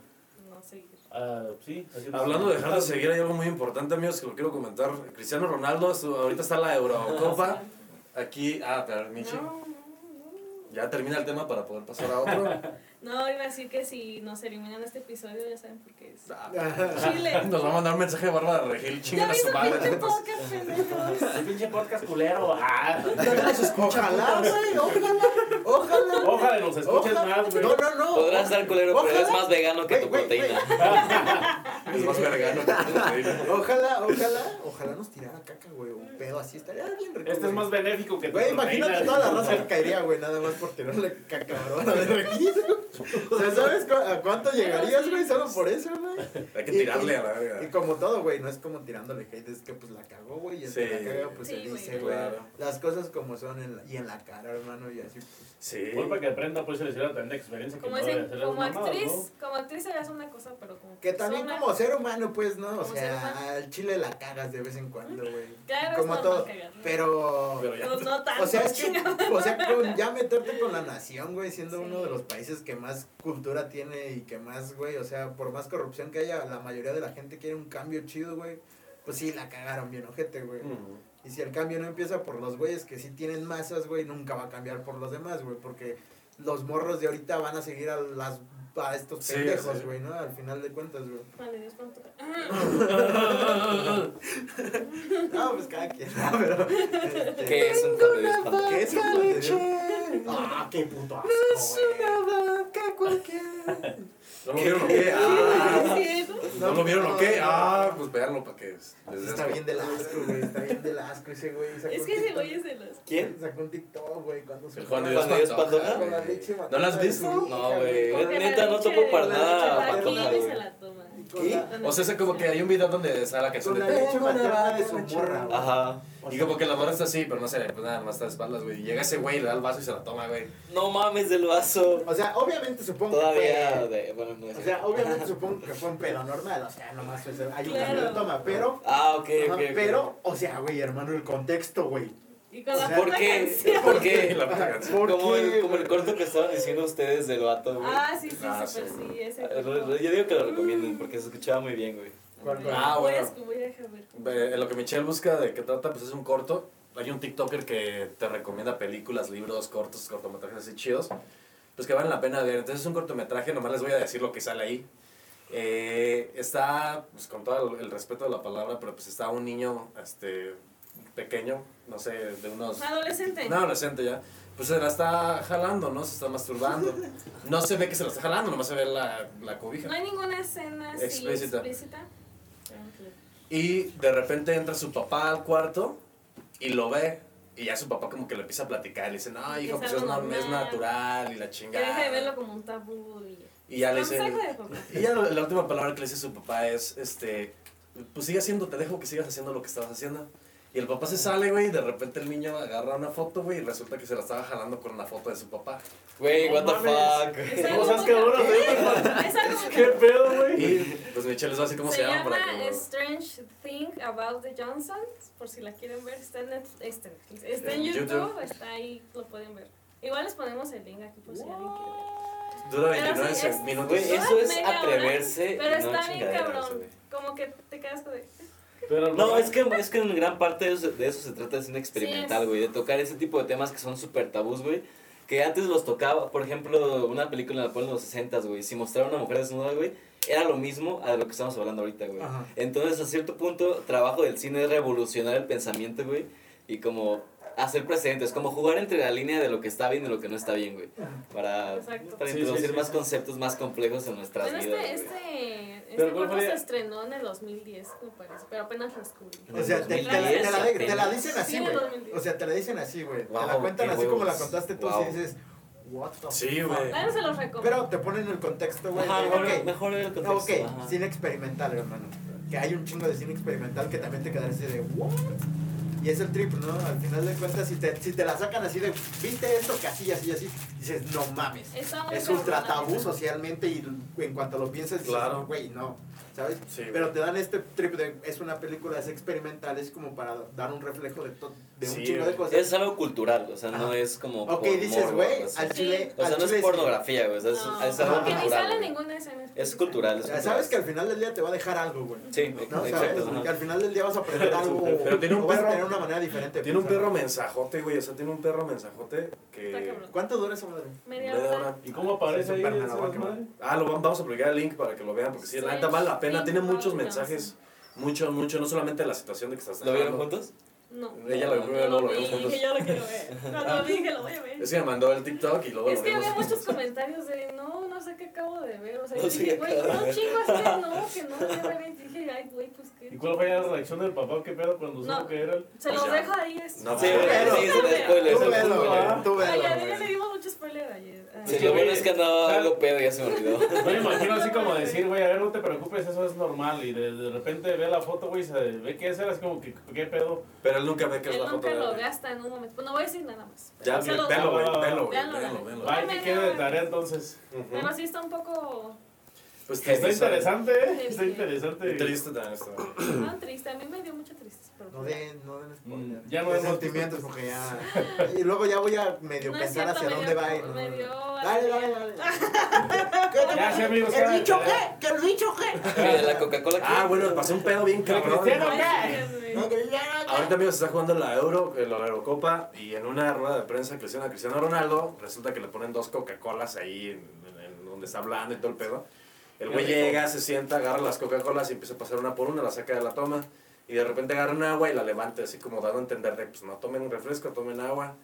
[SPEAKER 4] No seguir.
[SPEAKER 3] ah, sí. haciendo-
[SPEAKER 2] Hablando de dejar de seguir, hay algo muy importante, amigos, que lo quiero comentar. Cristiano Ronaldo, su- ahorita está la Eurocopa. Aquí, ah, pero Michi,
[SPEAKER 4] No, no, no.
[SPEAKER 2] ya termina el tema para poder pasar a otro.
[SPEAKER 4] No, iba a decir que si nos eliminan este episodio ya saben por qué es.
[SPEAKER 2] Ah.
[SPEAKER 4] Chile.
[SPEAKER 2] Nos va a mandar un mensaje de Bárbara Regil,
[SPEAKER 4] Ya
[SPEAKER 2] chingan a
[SPEAKER 4] ves
[SPEAKER 2] su
[SPEAKER 4] un
[SPEAKER 2] madre.
[SPEAKER 4] pinche podcast, pendejos.
[SPEAKER 3] El pinche podcast culero. Ah.
[SPEAKER 7] Ojalá, güey, ojalá, ojalá.
[SPEAKER 3] Ojalá nos escuches
[SPEAKER 7] Ojalá.
[SPEAKER 3] más, güey.
[SPEAKER 7] No, no, no.
[SPEAKER 5] Podrás estar culero, pero
[SPEAKER 7] Ojalá.
[SPEAKER 5] es más vegano que tu
[SPEAKER 7] Güey, güey,
[SPEAKER 5] proteína.
[SPEAKER 2] Es más vergano que tu proteína.
[SPEAKER 7] Ojalá, ojalá, ojalá nos tirara caca, güey. Un pedo así estaría bien rico.
[SPEAKER 3] Este es
[SPEAKER 7] güey.
[SPEAKER 3] más benéfico que tu
[SPEAKER 7] Güey, imagínate toda la raza que
[SPEAKER 3] rosa
[SPEAKER 7] caería, güey, nada más por tirarle caca cabrona de regreso. O sea, ¿sabes cu- a cuánto llegarías, güey? Solo por eso, güey.
[SPEAKER 2] Hay que
[SPEAKER 7] Y-
[SPEAKER 2] tirarle a la
[SPEAKER 7] Y
[SPEAKER 2] verga.
[SPEAKER 7] como todo, güey, no es como tirándole hate, es que pues la cagó, güey, y el que
[SPEAKER 2] Sí.
[SPEAKER 7] la caga, pues
[SPEAKER 4] Sí,
[SPEAKER 7] se
[SPEAKER 4] güey.
[SPEAKER 7] dice, güey.
[SPEAKER 2] Claro.
[SPEAKER 7] Las cosas como son en la- y en la cara, hermano, y así.
[SPEAKER 2] Sí.
[SPEAKER 3] Culpa que aprenda, pues, se les hubiera tanta experiencia que
[SPEAKER 4] Como
[SPEAKER 3] no debe
[SPEAKER 4] dicen,
[SPEAKER 3] hacer las
[SPEAKER 4] como
[SPEAKER 3] mamadas,
[SPEAKER 4] actriz,
[SPEAKER 3] ¿no?
[SPEAKER 4] como actriz serás una cosa, pero como
[SPEAKER 7] Que también
[SPEAKER 4] persona-
[SPEAKER 7] como ser humano, pues, ¿no? O
[SPEAKER 4] Como ser humano.
[SPEAKER 7] sea, al chile la cagas de vez en cuando, güey.
[SPEAKER 4] Claro,
[SPEAKER 7] como
[SPEAKER 4] es normal
[SPEAKER 7] todo.
[SPEAKER 4] cagarla.
[SPEAKER 7] Pero.
[SPEAKER 2] Pero ya.
[SPEAKER 4] Pues no tanto.
[SPEAKER 7] O sea, es que,
[SPEAKER 4] chingada.
[SPEAKER 7] o sea, con- ya meterte con la nación, güey, siendo
[SPEAKER 4] Sí.
[SPEAKER 7] uno de los países que más cultura tiene y que más, güey, o sea, por más corrupción que haya, la mayoría de la gente quiere un cambio chido, güey. Pues sí, la cagaron bien, ojete, güey.
[SPEAKER 2] Mm.
[SPEAKER 7] Y si el cambio no empieza por los güeyes que sí tienen masas, güey, nunca va a cambiar por los demás, güey, porque los morros de ahorita van a seguir a las a estos
[SPEAKER 2] Sí,
[SPEAKER 7] pendejos,
[SPEAKER 2] sí.
[SPEAKER 7] güey, ¿no? Al final de cuentas, güey.
[SPEAKER 4] Vale, Dios pronto.
[SPEAKER 7] Ah, pues cada quien, ah, pero. este,
[SPEAKER 5] ¿Qué es un cuando Dios pronto?
[SPEAKER 7] ¿Qué es un leche? Ah, qué puto asco, güey.
[SPEAKER 2] ¿No lo vieron o
[SPEAKER 7] ¿Qué?
[SPEAKER 2] qué? Ah,
[SPEAKER 4] Sí, es cierto.
[SPEAKER 2] ¿No lo vieron o qué?
[SPEAKER 7] no,
[SPEAKER 2] Ah,
[SPEAKER 7] no.
[SPEAKER 2] pues véanlo para que les
[SPEAKER 7] Sí,
[SPEAKER 2] des
[SPEAKER 7] Está
[SPEAKER 2] asco.
[SPEAKER 7] bien del asco, güey. Está bien del asco ese güey. sacó
[SPEAKER 4] Es
[SPEAKER 7] un
[SPEAKER 4] que ese
[SPEAKER 7] TikTok.
[SPEAKER 4] güey es de los.
[SPEAKER 5] ¿Quién?
[SPEAKER 7] Sacó un TikTok, güey, cuando se
[SPEAKER 2] El Juan de
[SPEAKER 5] Dios
[SPEAKER 2] Dios
[SPEAKER 5] Cuando Dios
[SPEAKER 2] Pantoja,
[SPEAKER 5] Pantoja.
[SPEAKER 2] güey.
[SPEAKER 7] la
[SPEAKER 2] ¿No
[SPEAKER 7] leche
[SPEAKER 2] la has
[SPEAKER 7] matada de
[SPEAKER 2] visto?
[SPEAKER 7] su
[SPEAKER 5] No,
[SPEAKER 7] hija,
[SPEAKER 5] güey.
[SPEAKER 7] con-
[SPEAKER 4] Porque
[SPEAKER 5] neta,
[SPEAKER 4] la
[SPEAKER 5] no
[SPEAKER 4] leche
[SPEAKER 5] topo
[SPEAKER 4] de
[SPEAKER 5] para
[SPEAKER 4] la
[SPEAKER 5] nada,
[SPEAKER 4] leche
[SPEAKER 5] para
[SPEAKER 4] vaquilla y
[SPEAKER 5] nada,
[SPEAKER 4] se
[SPEAKER 5] güey.
[SPEAKER 4] la toma.
[SPEAKER 7] con
[SPEAKER 5] ¿Qué?
[SPEAKER 7] la-
[SPEAKER 2] O sea, es como que hay un video donde sale la canción
[SPEAKER 7] Con la
[SPEAKER 2] de...
[SPEAKER 7] leche materna de su morra, güey.
[SPEAKER 5] Ajá.
[SPEAKER 2] Y como que la morra está así, pero no se le pues nada, más está de espaldas, güey. Y llega ese güey, le da el vaso y se la toma, güey.
[SPEAKER 5] No mames del vaso.
[SPEAKER 7] O sea, obviamente supongo
[SPEAKER 5] Todavía
[SPEAKER 7] que
[SPEAKER 5] de. Bueno, no
[SPEAKER 7] fue,
[SPEAKER 5] es
[SPEAKER 7] O sea, obviamente supongo que fue un pedo normal, o sea, nomás fue ser- hay un
[SPEAKER 4] Claro.
[SPEAKER 7] cambio de toma, pero
[SPEAKER 5] Ah, ok, ok.
[SPEAKER 7] ajá,
[SPEAKER 5] ok.
[SPEAKER 7] pero o sea, güey, hermano, el contexto, güey.
[SPEAKER 4] Y con la
[SPEAKER 7] O sea,
[SPEAKER 5] ¿Por
[SPEAKER 4] puta
[SPEAKER 5] qué?
[SPEAKER 4] canción.
[SPEAKER 5] ¿Por
[SPEAKER 2] Y
[SPEAKER 5] qué?
[SPEAKER 2] la puta canción.
[SPEAKER 7] ¿Por
[SPEAKER 5] Como
[SPEAKER 7] qué,
[SPEAKER 5] el, como el
[SPEAKER 7] güey?
[SPEAKER 5] corto que estaban diciendo ustedes del vato, güey.
[SPEAKER 4] Ah, sí, sí,
[SPEAKER 2] Ah,
[SPEAKER 4] súper
[SPEAKER 2] sí.
[SPEAKER 4] sí, ese.
[SPEAKER 5] Yo yo digo que lo
[SPEAKER 7] Mm.
[SPEAKER 5] recomienden porque se escuchaba muy bien, güey.
[SPEAKER 7] ¿Cuál, cuál?
[SPEAKER 2] Ah,
[SPEAKER 4] Voy a
[SPEAKER 2] bueno.
[SPEAKER 4] escu- voy a dejar ver.
[SPEAKER 2] Eh, lo que Michelle busca de qué trata, pues es un corto. Hay un TikToker que te recomienda películas, libros, cortos, cortometrajes así chidos, pues que valen la pena ver. Entonces es un cortometraje, nomás les voy a decir lo que sale ahí. Eh, está, pues con todo el, el respeto de la palabra, pero pues está un niño este, pequeño, no sé, de unos...
[SPEAKER 4] Adolescente.
[SPEAKER 2] Un adolescente ya. Pues se la está jalando, ¿no? Se está masturbando. No se ve que se la está jalando, nomás se ve la, la cobija.
[SPEAKER 4] No hay ninguna escena así
[SPEAKER 2] Explícita.
[SPEAKER 4] explícita.
[SPEAKER 2] Y de repente entra su papá al cuarto y lo ve. Y ya su papá como que le empieza a platicar. Le dice, no, hijo,
[SPEAKER 4] Es
[SPEAKER 2] pues
[SPEAKER 4] algo
[SPEAKER 2] es, norm- es
[SPEAKER 4] normal.
[SPEAKER 2] natural y la
[SPEAKER 4] Que deje de verlo
[SPEAKER 2] chingada.
[SPEAKER 4] como un tabú. Y ya.
[SPEAKER 2] Y ya le dice...
[SPEAKER 4] Consejo de papá.
[SPEAKER 2] Y ya lo- la última palabra que le dice su papá es, este, pues sigue haciendo, te dejo que sigas haciendo lo que estabas haciendo. Y el papá se sale, güey, y de repente el niño agarra una foto, güey, y resulta que se la estaba jalando con la foto de su papá.
[SPEAKER 5] Güey,
[SPEAKER 7] No
[SPEAKER 5] what the
[SPEAKER 7] mames.
[SPEAKER 5] fuck, güey.
[SPEAKER 4] Es algo
[SPEAKER 3] ¿Cómo sabes
[SPEAKER 4] muy
[SPEAKER 3] que ahora
[SPEAKER 4] tabú.
[SPEAKER 3] se
[SPEAKER 4] Es algo muy
[SPEAKER 3] ¿Qué
[SPEAKER 4] tabú.
[SPEAKER 3] pedo, güey?
[SPEAKER 2] Y pues Michelle les va a decir cómo se,
[SPEAKER 4] se
[SPEAKER 2] llama
[SPEAKER 4] llama
[SPEAKER 2] para que... lo-
[SPEAKER 4] Strange Thing About the Johnsons, por si la quieren ver, está en, Netf- está en Netflix, está en
[SPEAKER 2] En
[SPEAKER 4] YouTube,
[SPEAKER 2] YouTube.
[SPEAKER 4] está ahí, lo pueden ver. Igual les ponemos el link aquí por si alguien quiere ver.
[SPEAKER 2] Dura
[SPEAKER 4] Pero
[SPEAKER 2] 29
[SPEAKER 4] sí, es-
[SPEAKER 2] minutos.
[SPEAKER 5] Güey, eso
[SPEAKER 4] Toda
[SPEAKER 5] es
[SPEAKER 4] media hora,
[SPEAKER 5] atreverse. y
[SPEAKER 4] Pero
[SPEAKER 5] no
[SPEAKER 4] está bien
[SPEAKER 5] chingaderas,
[SPEAKER 4] cabrón,
[SPEAKER 5] güey.
[SPEAKER 4] como que te quedas con de...
[SPEAKER 3] Pero
[SPEAKER 5] No, es que, es que en gran parte de eso, de eso se trata de cine
[SPEAKER 4] Sí,
[SPEAKER 5] experimental,
[SPEAKER 4] es-
[SPEAKER 5] güey. De tocar ese tipo de temas que son súper tabús, güey. Que antes los tocaba, por ejemplo, una película en la cual en los 60, güey, si mostraba a una mujer desnuda, güey, era lo mismo a lo que estamos hablando ahorita, güey.
[SPEAKER 7] Ajá.
[SPEAKER 5] Entonces, a cierto punto, trabajo del cine es revolucionar el pensamiento, güey. Y como hacer precedentes, como jugar entre la línea de lo que está bien y lo que no está bien, güey. Para,
[SPEAKER 4] Exacto.
[SPEAKER 5] para
[SPEAKER 3] Sí, sí,
[SPEAKER 5] introducir
[SPEAKER 3] sí.
[SPEAKER 5] más conceptos más complejos en nuestras
[SPEAKER 4] Bueno,
[SPEAKER 5] vidas,
[SPEAKER 4] este,
[SPEAKER 5] güey.
[SPEAKER 4] este, este
[SPEAKER 3] Pero ¿cuál
[SPEAKER 4] corto
[SPEAKER 3] fue?
[SPEAKER 4] se estrenó en el 2010, me parece, pero apenas lo descubrí.
[SPEAKER 7] O sea, te, te la, te la- te la dicen así,
[SPEAKER 4] Sí,
[SPEAKER 7] güey.
[SPEAKER 4] realmente.
[SPEAKER 7] O sea, te la dicen así, güey. te la
[SPEAKER 5] Wow,
[SPEAKER 7] cuentan
[SPEAKER 5] qué
[SPEAKER 7] así como la
[SPEAKER 5] huevos.
[SPEAKER 7] contaste tú
[SPEAKER 5] Wow.
[SPEAKER 7] y dices, what the
[SPEAKER 2] Sí,
[SPEAKER 7] fuck?"
[SPEAKER 2] güey.
[SPEAKER 4] Claro, se los recomiendo.
[SPEAKER 7] Pero te ponen el contexto, güey.
[SPEAKER 5] Ajá,
[SPEAKER 7] de,
[SPEAKER 5] mejor,
[SPEAKER 7] "Ok,
[SPEAKER 5] mejor el
[SPEAKER 7] No,
[SPEAKER 5] contexto.
[SPEAKER 7] ok,
[SPEAKER 5] ajá.
[SPEAKER 7] cine experimental, hermano. Que hay un chingo de cine experimental que también te quedas así de ¿what? Y es el trip, ¿no? Al final de cuentas, si te, si te la sacan así de ¿viste esto? Que así, así, así, dices, no mames.
[SPEAKER 4] Está muy
[SPEAKER 7] Es ultra
[SPEAKER 4] cabrón,
[SPEAKER 7] tabú socialmente y en cuanto lo piensas, dices,
[SPEAKER 2] Claro.
[SPEAKER 7] güey, no. ¿Sabes?
[SPEAKER 2] Sí, güey.
[SPEAKER 7] Pero te dan este trip de es una película, es experimental, es como para dar un reflejo de, to- de
[SPEAKER 2] Sí,
[SPEAKER 7] un chingo de
[SPEAKER 2] güey.
[SPEAKER 7] cosas.
[SPEAKER 5] Es algo cultural, o sea, no
[SPEAKER 7] Ajá.
[SPEAKER 5] es como.
[SPEAKER 7] ok,
[SPEAKER 5] por
[SPEAKER 7] dices,
[SPEAKER 5] morbo,
[SPEAKER 7] güey,
[SPEAKER 5] o sea,
[SPEAKER 7] al
[SPEAKER 4] Sí.
[SPEAKER 7] chile.
[SPEAKER 5] o
[SPEAKER 7] al
[SPEAKER 5] sea, no es
[SPEAKER 7] chile sí.
[SPEAKER 5] pornografía, güey, o sea, es,
[SPEAKER 4] No,
[SPEAKER 5] es algo
[SPEAKER 7] Ajá.
[SPEAKER 4] porque ni
[SPEAKER 5] cultural.
[SPEAKER 4] sale
[SPEAKER 5] güey.
[SPEAKER 4] ninguna escena.
[SPEAKER 5] Es
[SPEAKER 4] explícita.
[SPEAKER 5] cultural,
[SPEAKER 7] O
[SPEAKER 5] es
[SPEAKER 7] sea,
[SPEAKER 5] cultural.
[SPEAKER 7] sabes que al final del día te va a dejar algo, güey.
[SPEAKER 5] Sí,
[SPEAKER 7] ¿No? ¿Sabes?
[SPEAKER 5] exacto. ajá.
[SPEAKER 7] Que al final del día vas a aprender algo.
[SPEAKER 2] Pero tiene un
[SPEAKER 7] o vas
[SPEAKER 2] perro-
[SPEAKER 7] a tener una manera diferente. pues, de
[SPEAKER 2] Tiene un
[SPEAKER 7] pensar.
[SPEAKER 2] perro mensajote, güey. O sea, tiene un perro mensajote
[SPEAKER 4] Está
[SPEAKER 2] que...
[SPEAKER 4] cabrón.
[SPEAKER 7] ¿Cuánto dura esa madre?
[SPEAKER 4] Media
[SPEAKER 2] le da
[SPEAKER 4] hora.
[SPEAKER 2] una-
[SPEAKER 3] ¿Y cómo aparece ahí
[SPEAKER 7] Superman,
[SPEAKER 3] esa
[SPEAKER 7] la va a quemar.
[SPEAKER 3] madre?
[SPEAKER 2] Ah, lo vam- vamos a publicar el link para que lo vean, porque sí, la neta vale la pena. Tiene muchos mensajes. Mucho, mucho. No solamente la situación de que estás
[SPEAKER 5] ¿Lo vieron
[SPEAKER 2] dejando.
[SPEAKER 5] juntos?
[SPEAKER 4] No.
[SPEAKER 2] Ella lo vio,
[SPEAKER 4] Yo
[SPEAKER 2] luego
[SPEAKER 4] lo
[SPEAKER 2] lo vimos
[SPEAKER 4] vi,
[SPEAKER 2] juntos.
[SPEAKER 4] dije, yo lo quiero ver. Cuando lo vi, dije, lo voy a ver.
[SPEAKER 2] Es que me mandó el TikTok y luego
[SPEAKER 4] Es
[SPEAKER 2] lo
[SPEAKER 4] que
[SPEAKER 2] vimos
[SPEAKER 4] había
[SPEAKER 2] juntos.
[SPEAKER 4] muchos comentarios de no, no sé qué acabo de ver. O sea,
[SPEAKER 5] No
[SPEAKER 4] yo
[SPEAKER 5] sé
[SPEAKER 4] dije,
[SPEAKER 5] qué
[SPEAKER 4] güey,
[SPEAKER 5] acabo de
[SPEAKER 4] no
[SPEAKER 5] ver.
[SPEAKER 4] chicos, que no, que no, que no, y Dije, ay, güey, pues
[SPEAKER 3] ¿Y
[SPEAKER 4] qué.
[SPEAKER 3] cuál fue la reacción del papá? ¿Qué pedo cuando supo
[SPEAKER 4] No.
[SPEAKER 3] que era el.?
[SPEAKER 4] Se los
[SPEAKER 2] Ya.
[SPEAKER 4] dejo ahí. Es...
[SPEAKER 2] No,
[SPEAKER 5] Sí,
[SPEAKER 2] Tú
[SPEAKER 5] güey,
[SPEAKER 2] velo.
[SPEAKER 5] sí, es un spoiler, es
[SPEAKER 7] Tú
[SPEAKER 5] un
[SPEAKER 7] velo,
[SPEAKER 5] spoiler.
[SPEAKER 7] güey, tú
[SPEAKER 4] Ay, ya
[SPEAKER 7] velo.
[SPEAKER 4] ya le
[SPEAKER 7] güey.
[SPEAKER 4] dimos mucho spoiler ayer. Ay.
[SPEAKER 5] Sí, lo Ah. bueno es que andaba
[SPEAKER 3] Ajá.
[SPEAKER 5] algo pedo, ya se me olvidó.
[SPEAKER 3] No me imagino así como decir, güey, a ver, no te preocupes, eso es normal. Y de, de repente ve la foto, güey, y se ve que esa era, es como que, ¿qué pedo?
[SPEAKER 2] Pero él nunca ve que es
[SPEAKER 4] Él
[SPEAKER 2] la foto
[SPEAKER 4] nunca
[SPEAKER 2] de
[SPEAKER 4] lo
[SPEAKER 2] él.
[SPEAKER 4] gasta en un momento. Pues no voy a decir nada más.
[SPEAKER 2] Ya,
[SPEAKER 4] pero se los
[SPEAKER 2] velo,
[SPEAKER 4] dejo.
[SPEAKER 2] güey,
[SPEAKER 3] va, va,
[SPEAKER 2] velo, güey,
[SPEAKER 4] Véanlo,
[SPEAKER 2] velo, velo.
[SPEAKER 4] véanlo.
[SPEAKER 3] Ay, que quede de tarea entonces.
[SPEAKER 4] Pero
[SPEAKER 2] Ujú.
[SPEAKER 4] sí está un poco
[SPEAKER 2] Pues te
[SPEAKER 3] Está interesante, ¿eh?
[SPEAKER 4] Sí,
[SPEAKER 3] Está
[SPEAKER 4] sí.
[SPEAKER 3] interesante.
[SPEAKER 2] Y triste también está.
[SPEAKER 4] tan ah, triste. A mí me dio mucha tristeza. pero- pues
[SPEAKER 7] No den, no den spoiler.
[SPEAKER 3] Mm, ya no
[SPEAKER 7] De
[SPEAKER 3] hemos-
[SPEAKER 7] sentimientos porque ya. Y luego ya voy a medio
[SPEAKER 4] No es cierto,
[SPEAKER 7] pensar hacia
[SPEAKER 4] me
[SPEAKER 7] dónde
[SPEAKER 4] dio-
[SPEAKER 7] va. y no-
[SPEAKER 4] me dio-
[SPEAKER 7] Dale, dale, dale. ¿Qué te
[SPEAKER 3] Ya, sí, amigos,
[SPEAKER 7] ¿Que el
[SPEAKER 3] cada
[SPEAKER 7] bicho
[SPEAKER 3] tarea.
[SPEAKER 7] qué? ¿Que el bicho qué?
[SPEAKER 5] Mira, la Coca-Cola.
[SPEAKER 2] Ah, bueno, pasé Ah, un pedo bien cabrón.
[SPEAKER 3] Cristiano,
[SPEAKER 4] Ay, sí, güey.
[SPEAKER 7] No, que ya,
[SPEAKER 2] Ahorita, amigos, está jugando la Euro, eh, la Eurocopa, y en una rueda de prensa que le hicieron a Cristiano Ronaldo, resulta que le ponen dos Coca-Colas ahí en, en- en donde está hablando y todo el pedo. El güey
[SPEAKER 3] Qué rico.
[SPEAKER 2] llega, se sienta, agarra las Coca-Colas y empieza a pasar una por una, la saca de la toma, y de repente agarra un agua y la levanta, así como dando a entender de, pues no tomen un refresco, tomen agua.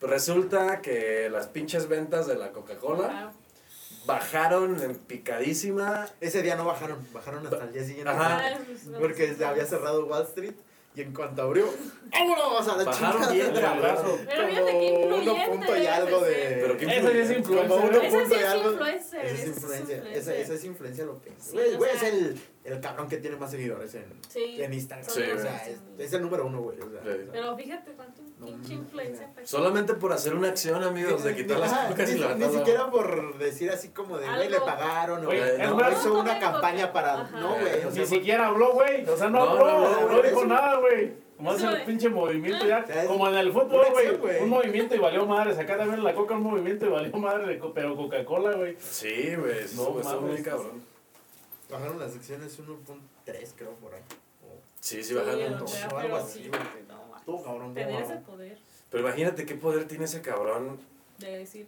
[SPEAKER 2] Pues resulta que las pinches ventas de la Coca-Cola
[SPEAKER 4] Wow.
[SPEAKER 2] bajaron en picadísima.
[SPEAKER 7] Ese día no bajaron, bajaron hasta el día siguiente.
[SPEAKER 2] Ajá.
[SPEAKER 4] Ay, pues, vamos
[SPEAKER 7] Ah, Porque
[SPEAKER 4] a-
[SPEAKER 7] se había cerrado Wall Street y en cuanto abrió, ¡vámonos a la
[SPEAKER 2] Bajaron
[SPEAKER 7] chingada!
[SPEAKER 2] bien,
[SPEAKER 3] El abrazo.
[SPEAKER 4] Pero fíjate qué
[SPEAKER 7] Como
[SPEAKER 4] influyente
[SPEAKER 7] uno punto y
[SPEAKER 4] debe
[SPEAKER 7] algo
[SPEAKER 4] de
[SPEAKER 7] de...
[SPEAKER 4] ser.
[SPEAKER 2] Pero qué
[SPEAKER 3] Ese sí es
[SPEAKER 7] Como
[SPEAKER 3] influencer.
[SPEAKER 7] uno
[SPEAKER 3] ¿eh?
[SPEAKER 4] Ese
[SPEAKER 7] punto
[SPEAKER 4] sí
[SPEAKER 7] y
[SPEAKER 4] es
[SPEAKER 7] algo.
[SPEAKER 4] influencer,
[SPEAKER 7] Esa
[SPEAKER 4] ese
[SPEAKER 7] es
[SPEAKER 4] es
[SPEAKER 7] influencia. Esa,
[SPEAKER 4] influencer.
[SPEAKER 7] esa es influencia lo que es.
[SPEAKER 4] Sí,
[SPEAKER 7] Güey,
[SPEAKER 4] o
[SPEAKER 7] güey,
[SPEAKER 4] sea-
[SPEAKER 7] es el, el cabrón que tiene más seguidores en,
[SPEAKER 4] Sí.
[SPEAKER 7] en Instagram.
[SPEAKER 2] Sí,
[SPEAKER 7] o
[SPEAKER 2] güey.
[SPEAKER 7] sea, es, es el número uno, güey. O sea,
[SPEAKER 2] Sí.
[SPEAKER 4] Pero fíjate cuánto
[SPEAKER 7] No,
[SPEAKER 4] pinche
[SPEAKER 7] no,
[SPEAKER 4] influencia. para-
[SPEAKER 2] Solamente por hacer una acción, amigos, de quitar las
[SPEAKER 7] Ajá,
[SPEAKER 2] cocas y
[SPEAKER 7] ni,
[SPEAKER 2] levantar
[SPEAKER 7] ni
[SPEAKER 2] la-
[SPEAKER 7] siquiera por decir así como de, güey,
[SPEAKER 4] Algo.
[SPEAKER 7] le pagaron o
[SPEAKER 3] Güey,
[SPEAKER 7] güey,
[SPEAKER 2] es
[SPEAKER 7] no,
[SPEAKER 3] verdad.
[SPEAKER 7] hizo una
[SPEAKER 4] Coca-Cola.
[SPEAKER 7] campaña para...
[SPEAKER 4] Ajá.
[SPEAKER 7] No, güey, o sea,
[SPEAKER 3] Ni siquiera habló, güey. O sea, no
[SPEAKER 2] No, no
[SPEAKER 3] habló,
[SPEAKER 2] habló,
[SPEAKER 3] no,
[SPEAKER 7] güey.
[SPEAKER 3] dijo nada, güey. Más
[SPEAKER 4] Sí,
[SPEAKER 3] el
[SPEAKER 4] güey. Ah.
[SPEAKER 3] pinche movimiento ya.
[SPEAKER 7] Ya es
[SPEAKER 3] Como en el fútbol,
[SPEAKER 7] una acción,
[SPEAKER 3] güey.
[SPEAKER 7] güey.
[SPEAKER 3] Un movimiento y valió madre. Acá también la coca un movimiento y valió madre. co- Pero Coca-Cola, güey.
[SPEAKER 2] Sí, güey,
[SPEAKER 3] No
[SPEAKER 2] no, está muy
[SPEAKER 3] mames.
[SPEAKER 2] cabrón.
[SPEAKER 7] bajaron las acciones 1.3 creo por ahí.
[SPEAKER 2] Sí, sí, bajaron.
[SPEAKER 4] o
[SPEAKER 7] O
[SPEAKER 4] sea,
[SPEAKER 7] algo
[SPEAKER 4] pero
[SPEAKER 7] así,
[SPEAKER 4] sí,
[SPEAKER 7] güey.
[SPEAKER 4] no,
[SPEAKER 7] Tú, cabrón, tú,
[SPEAKER 4] Tener ese
[SPEAKER 7] cabrón.
[SPEAKER 4] poder
[SPEAKER 2] Pero imagínate qué poder tiene ese cabrón,
[SPEAKER 4] de decir.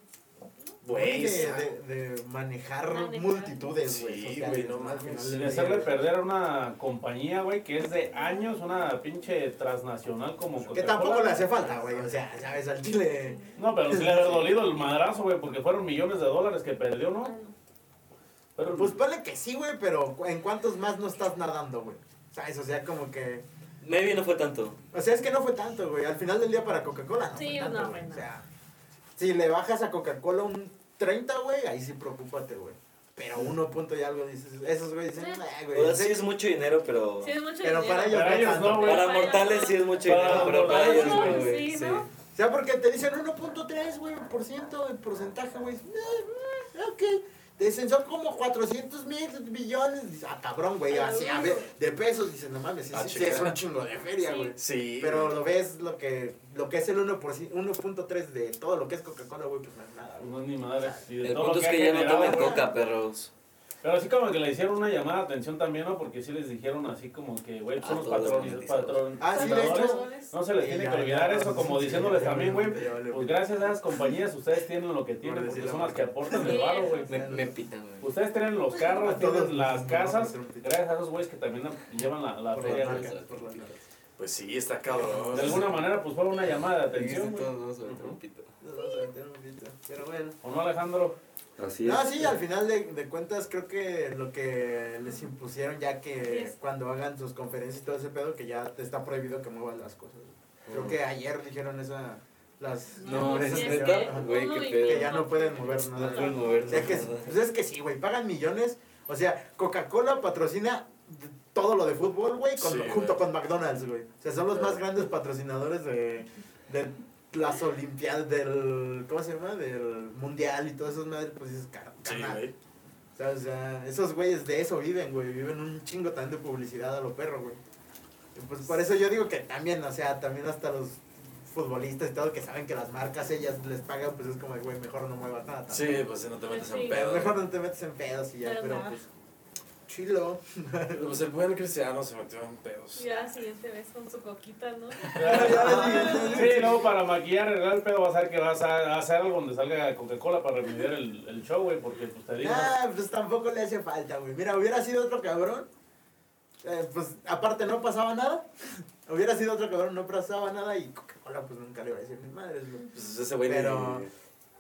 [SPEAKER 2] güey.
[SPEAKER 7] de,
[SPEAKER 2] sa-
[SPEAKER 7] de- de manejar
[SPEAKER 4] Manejar.
[SPEAKER 7] multitudes, güey.
[SPEAKER 2] Sí,
[SPEAKER 7] sociales,
[SPEAKER 2] güey, no
[SPEAKER 7] Al final
[SPEAKER 2] mames.
[SPEAKER 7] del
[SPEAKER 3] De
[SPEAKER 7] día,
[SPEAKER 3] hacerle
[SPEAKER 7] güey.
[SPEAKER 3] perder a una compañía, güey, que es de años, una pinche transnacional como
[SPEAKER 7] Que
[SPEAKER 3] Coca-Cola.
[SPEAKER 7] tampoco le hacía falta, güey. O sea, sabes, al chile.
[SPEAKER 3] No, pero sí le había dolido el madrazo, güey, porque fueron millones de dólares que perdió,
[SPEAKER 4] ah,
[SPEAKER 3] ¿no?
[SPEAKER 4] no.
[SPEAKER 3] Pero,
[SPEAKER 7] Pues vale que sí, güey, pero ¿cu- ¿en cuántos más no estás nadando, güey? ¿Sabes? O sea, como que.
[SPEAKER 5] Maybe no fue tanto.
[SPEAKER 7] O sea, es que no fue tanto, güey. Al final del día para Coca-Cola, no.
[SPEAKER 4] Sí,
[SPEAKER 7] fue tanto,
[SPEAKER 4] no,
[SPEAKER 7] güey.
[SPEAKER 4] güey,
[SPEAKER 7] O sea, si le bajas a Coca-Cola un 30, güey, ahí sí preocúpate, güey. Pero uno punto y algo dices. Esos, güey, dicen,
[SPEAKER 4] Sí.
[SPEAKER 7] "Ah,
[SPEAKER 5] O sea,
[SPEAKER 7] güey.
[SPEAKER 5] sí es mucho dinero, pero.
[SPEAKER 4] Sí, es mucho
[SPEAKER 7] Pero
[SPEAKER 4] dinero.
[SPEAKER 7] para ellos
[SPEAKER 3] Para
[SPEAKER 7] no
[SPEAKER 3] ellos
[SPEAKER 7] tanto,
[SPEAKER 3] no, güey.
[SPEAKER 5] Para mortales sí es mucho
[SPEAKER 3] Para
[SPEAKER 5] dinero, pero para
[SPEAKER 3] mortales,
[SPEAKER 5] ellos no, güey.
[SPEAKER 4] sí,
[SPEAKER 5] Sí.
[SPEAKER 4] ¿no?
[SPEAKER 7] O sea, porque te dicen 1.3, güey, por ciento, el porcentaje, güey. Ah, ah, Ok. Te dicen, son como 400 mil billones. Dices, Ah, cabrón, güey, así, a ver, de pesos. Dicen, no mames, sí,
[SPEAKER 2] Ah,
[SPEAKER 7] sí, sí,
[SPEAKER 2] chica.
[SPEAKER 7] es un chingo de feria,
[SPEAKER 4] Sí.
[SPEAKER 7] güey.
[SPEAKER 2] Sí,
[SPEAKER 7] Pero lo ves, lo que, lo que es el 1%, 1.3 de todo lo que es Coca-Cola, güey, pues no es nada, güey.
[SPEAKER 3] no es ni madre. Y de
[SPEAKER 5] El
[SPEAKER 3] todo
[SPEAKER 5] punto
[SPEAKER 3] lo
[SPEAKER 5] es
[SPEAKER 3] ha
[SPEAKER 5] que ya no
[SPEAKER 3] generado,
[SPEAKER 5] tomen
[SPEAKER 3] güey.
[SPEAKER 5] coca, perros.
[SPEAKER 3] Pero así como que le hicieron una llamada de atención también, ¿no? Porque sí les dijeron así como que, güey,
[SPEAKER 5] Ah,
[SPEAKER 3] son los
[SPEAKER 5] todos los
[SPEAKER 3] patrones,
[SPEAKER 5] monetizados.
[SPEAKER 3] patrón.
[SPEAKER 7] Ah, sí, de
[SPEAKER 3] fundadores.
[SPEAKER 7] hecho.
[SPEAKER 4] Dólares.
[SPEAKER 3] No se les tiene que olvidar eso, como diciéndoles también, güey. Pues gracias a esas compañías ustedes tienen lo que tienen,
[SPEAKER 7] Por
[SPEAKER 3] porque
[SPEAKER 7] decir la
[SPEAKER 3] son las que
[SPEAKER 7] marca.
[SPEAKER 3] aportan
[SPEAKER 4] Sí.
[SPEAKER 3] el barro, güey.
[SPEAKER 5] Me, me pitan, güey.
[SPEAKER 3] Ustedes tienen los carros,
[SPEAKER 7] Pues, A todos
[SPEAKER 3] tienen las
[SPEAKER 7] nos-
[SPEAKER 3] casas,
[SPEAKER 7] nos-
[SPEAKER 3] gracias a esos güeyes que también llevan la, la
[SPEAKER 7] Por
[SPEAKER 3] feria.
[SPEAKER 7] la
[SPEAKER 3] güey.
[SPEAKER 7] marca, por la marca.
[SPEAKER 2] pues sí, está cabrón.
[SPEAKER 3] De alguna manera, pues fue una llamada de
[SPEAKER 5] Dijiste
[SPEAKER 3] atención, güey.
[SPEAKER 5] todo, vamos a meter un pito.
[SPEAKER 7] Nos vamos a meter un poquito, Pero bueno.
[SPEAKER 3] ¿O no, Alejandro?
[SPEAKER 6] Así es.
[SPEAKER 7] No, Ah, sí, al final de, de cuentas creo que lo que les impusieron ya que
[SPEAKER 4] Yes.
[SPEAKER 7] cuando hagan sus conferencias y todo ese pedo que ya te está prohibido que muevas las cosas. Creo que ayer dijeron esa las
[SPEAKER 5] No,
[SPEAKER 4] sí,
[SPEAKER 5] es
[SPEAKER 4] es
[SPEAKER 5] neta,
[SPEAKER 4] que
[SPEAKER 5] güey,
[SPEAKER 4] uno
[SPEAKER 5] qué
[SPEAKER 4] lo
[SPEAKER 5] pedo.
[SPEAKER 7] que ya no pueden mover
[SPEAKER 5] No
[SPEAKER 7] nada.
[SPEAKER 5] pueden
[SPEAKER 7] O
[SPEAKER 5] moverse.
[SPEAKER 7] sea que, pues es que sí, güey, pagan millones. O sea, Coca-Cola patrocina todo lo de fútbol, güey, con-
[SPEAKER 2] Sí,
[SPEAKER 7] junto
[SPEAKER 2] güey.
[SPEAKER 7] con McDonald's, güey. O sea, son los
[SPEAKER 2] Claro.
[SPEAKER 7] más grandes patrocinadores de, de las Olimpiadas, del, ¿cómo se llama? Del Mundial y todas esas madres, pues es caro.
[SPEAKER 2] Sí, güey.
[SPEAKER 7] O sea, o sea, esos güeyes de eso viven, güey. Viven un chingo también de publicidad a los perros, güey. Y pues por eso yo digo que también, o sea, también hasta los futbolistas y todo que saben que las marcas ellas les pagan, pues es como, de, güey, mejor no muevas nada. tampoco.
[SPEAKER 2] Sí, pues si no te metes
[SPEAKER 4] Sí.
[SPEAKER 2] en
[SPEAKER 7] Pero mejor
[SPEAKER 2] pedo.
[SPEAKER 7] no te metes en pedos y ya,
[SPEAKER 4] Pero
[SPEAKER 7] pero
[SPEAKER 4] nada.
[SPEAKER 7] pues. Chilo.
[SPEAKER 2] Pues el buen cristiano se metió en pedos.
[SPEAKER 4] Ya la siguiente vez con su coquita, ¿no?
[SPEAKER 3] Sí, luego para maquillar, arreglar el pedo, vas a ver que vas a hacer algo donde salga Coca-Cola para remediar el, el show, güey, porque pues te digo.
[SPEAKER 7] Ah, pues tampoco le hace falta, güey. Mira, hubiera sido otro cabrón. eh, pues aparte no pasaba nada. Hubiera sido otro cabrón, no pasaba nada. Y Coca-Cola, pues nunca le iba a decir ni madres, güey.
[SPEAKER 2] Pues ese güey
[SPEAKER 7] Pero-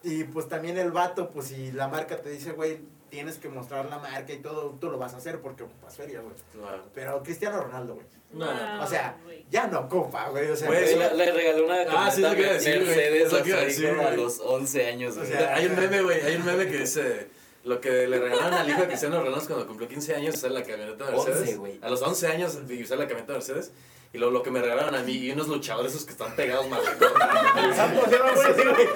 [SPEAKER 2] ni-
[SPEAKER 7] Y pues también el vato, pues si la marca te dice, güey, tienes que mostrar la marca y todo, tú lo vas a hacer porque ocupas feria, güey.
[SPEAKER 2] no.
[SPEAKER 7] Pero Cristiano Ronaldo, güey.
[SPEAKER 2] No,
[SPEAKER 7] O sea, ya no ocupa, güey. O sea,
[SPEAKER 2] Güey,
[SPEAKER 5] Güey,
[SPEAKER 2] eso-
[SPEAKER 5] le, le regaló una
[SPEAKER 2] Ah, sí, es lo que iba a decir, güey. Es
[SPEAKER 5] Mercedes
[SPEAKER 2] lo
[SPEAKER 5] a
[SPEAKER 2] que iba a
[SPEAKER 5] su
[SPEAKER 2] decir,
[SPEAKER 5] hijo a
[SPEAKER 2] güey.
[SPEAKER 5] los 11 años, güey.
[SPEAKER 7] O sea,
[SPEAKER 2] Hay un meme, güey, hay un meme que dice... Lo que le regalaron al hijo de Cristiano Ronaldo cuando cumplió 15 años usar la camioneta de Mercedes.
[SPEAKER 5] 11, güey.
[SPEAKER 2] a los 11 años de usar la camioneta de Mercedes. Y lo, lo que me regalaron a mí y unos luchadores esos que están pegados mal.
[SPEAKER 3] El santo así, ¿no, güey? Sí, güey.